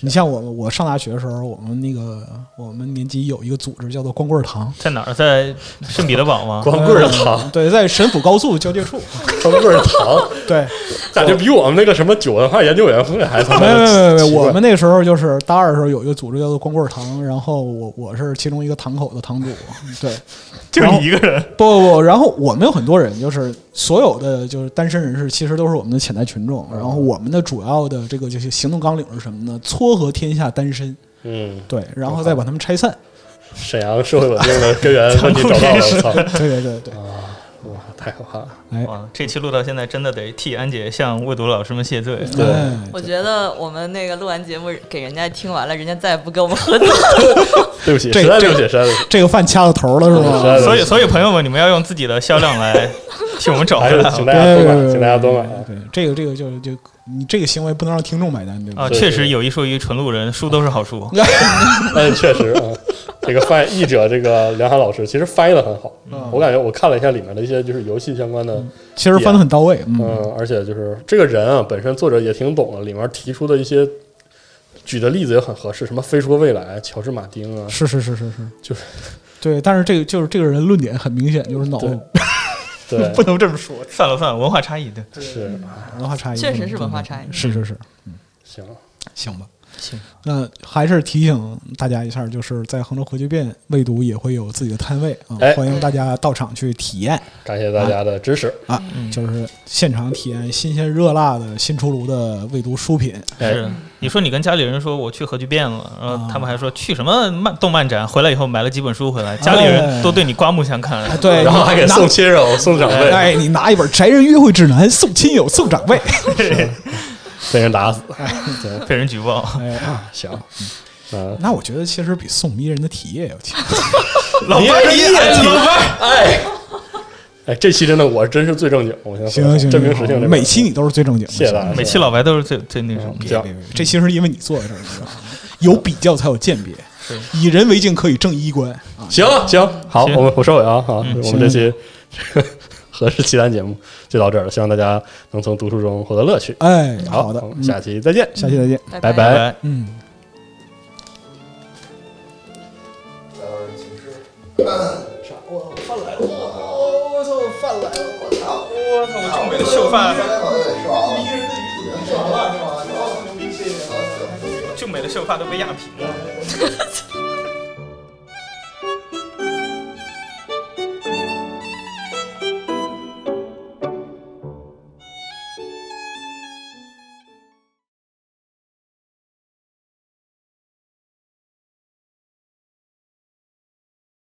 S2: 你像我我上大学的时候，我们那个我们年级有一个组织叫做光棍堂，
S4: 在哪儿？在圣彼得堡吗？
S1: 光棍儿堂，
S2: 对，在沈抚高速交界处。
S1: 光棍儿堂，
S2: 对，
S1: 感觉比我们那个什么酒文化研究委员会还他妈
S2: 没有没有没有，
S1: 奇怪
S2: 我们那时候就是大二的时候有一个组织叫做光棍堂，然后我我是其中一个堂口的堂主。对，
S4: 就是你一个人。
S2: 不不不，然后我们有很多人，就是所有的就是单身人士，其实都是我们的潜在群众。然后我们的主要的这个就是行动纲领是什么呢？撮合天下单身，
S1: 嗯，
S2: 对，然后再把他们拆散。
S1: 沈阳社会稳定的根源问题找到了，我操，
S2: 对对对对，
S1: 哇，太可怕了，
S2: 哎
S4: 哇，这期录到现在，真的得替安姐向未读老师们谢罪。
S1: 对
S2: 哎
S3: 我觉得我们那个录完节目给人家听完了，人家再也不跟我们合作。
S1: 对不起，
S2: 这
S1: 实在对不起，实在对不起。
S2: 这个饭掐到头了是吧？
S1: 对
S4: 所以，所以朋友们，你们要用自己的销量 来替我们找
S1: 还
S4: 回
S1: 是
S4: 来
S1: 请
S4: 啊
S1: 大家多买，请大家多买啊。
S2: 对，这个这个就就你这个行为不能让听众买单，对吧
S4: 啊！
S1: 对
S4: 确实有一说一，纯路人书都是好书。
S1: 嗯，确实啊，这个翻译者这个梁涵老师其实翻译的很好，我感觉我看了一下里面的一些就是游戏相关的，
S2: 其实翻得很到位，嗯，
S1: 嗯，而且就是这个人啊本身作者也挺懂的，里面提出的一些举的例子也很合适，什么《飞出个未来》、乔治马丁啊，
S2: 是是是是是，
S1: 就是
S2: 对，但是这个就是这个人论点很明显，就是脑
S1: 对
S2: 洞，，
S1: 对
S2: 不能这么说，
S4: 算了算了，文化差异对。
S1: 是啊
S2: 文化差异嗯
S3: 确实是文化差异
S2: 是是是，
S1: 行，
S2: 行吧。
S4: 行，
S2: 那还是提醒大家一下，就是在杭州核聚变，未读也会有自己的摊位啊，
S1: 哎
S2: 欢迎大家到场去体验
S1: 感谢大家的支持，
S3: 哎
S2: 啊，就是现场体验新鲜热辣的新出炉的未读书品。
S1: 哎
S4: 是，你说你跟家里人说我去核聚变了，然后
S2: 啊
S4: 他们还说去什么漫动漫展，回来以后买了几本书回来，家里
S1: 哎
S4: 人都对你刮目相看。
S2: 哎，对，
S1: 然后还给
S2: 拿
S1: 送亲友、送长辈，
S2: 哎，你拿一本《宅人约会指南》送亲友、送长辈。
S1: 被人打死，
S4: 被人举报，
S2: 哎，
S1: 行，嗯，
S2: 那我觉得其实比送迷人的体液要强。
S4: 老
S1: 你
S4: 伴儿
S1: 这
S4: 你哎
S1: 液体
S4: 老伴儿
S1: 哎，这期真的我真是最正经，我现在
S2: 行行行，
S1: 证明实性这边，
S2: 每期你都是最正经的。
S1: 谢谢大家
S4: 每期老白都是最最那什么
S1: 嗯
S4: 的。
S2: 行别别别这其实是因为你坐在这儿，你知道吗？有比较才有鉴别
S4: 是，
S2: 以人为镜可以正衣冠啊。
S1: 行行，好，
S4: 行
S1: 我们我收尾啊，好，我
S2: 嗯行
S1: 们这 期何氏奇谈节目就到这儿了，希望大家能从读书中获得乐趣。
S2: 哎，
S1: 好
S2: 的
S1: 我，们
S2: 嗯
S1: 下期再见。
S2: 下期再见。
S1: 拜拜
S3: 拜
S4: 拜拜。
S2: 嗯。
S4: 我操！我正美的秀发，正美的秀发都被压平了。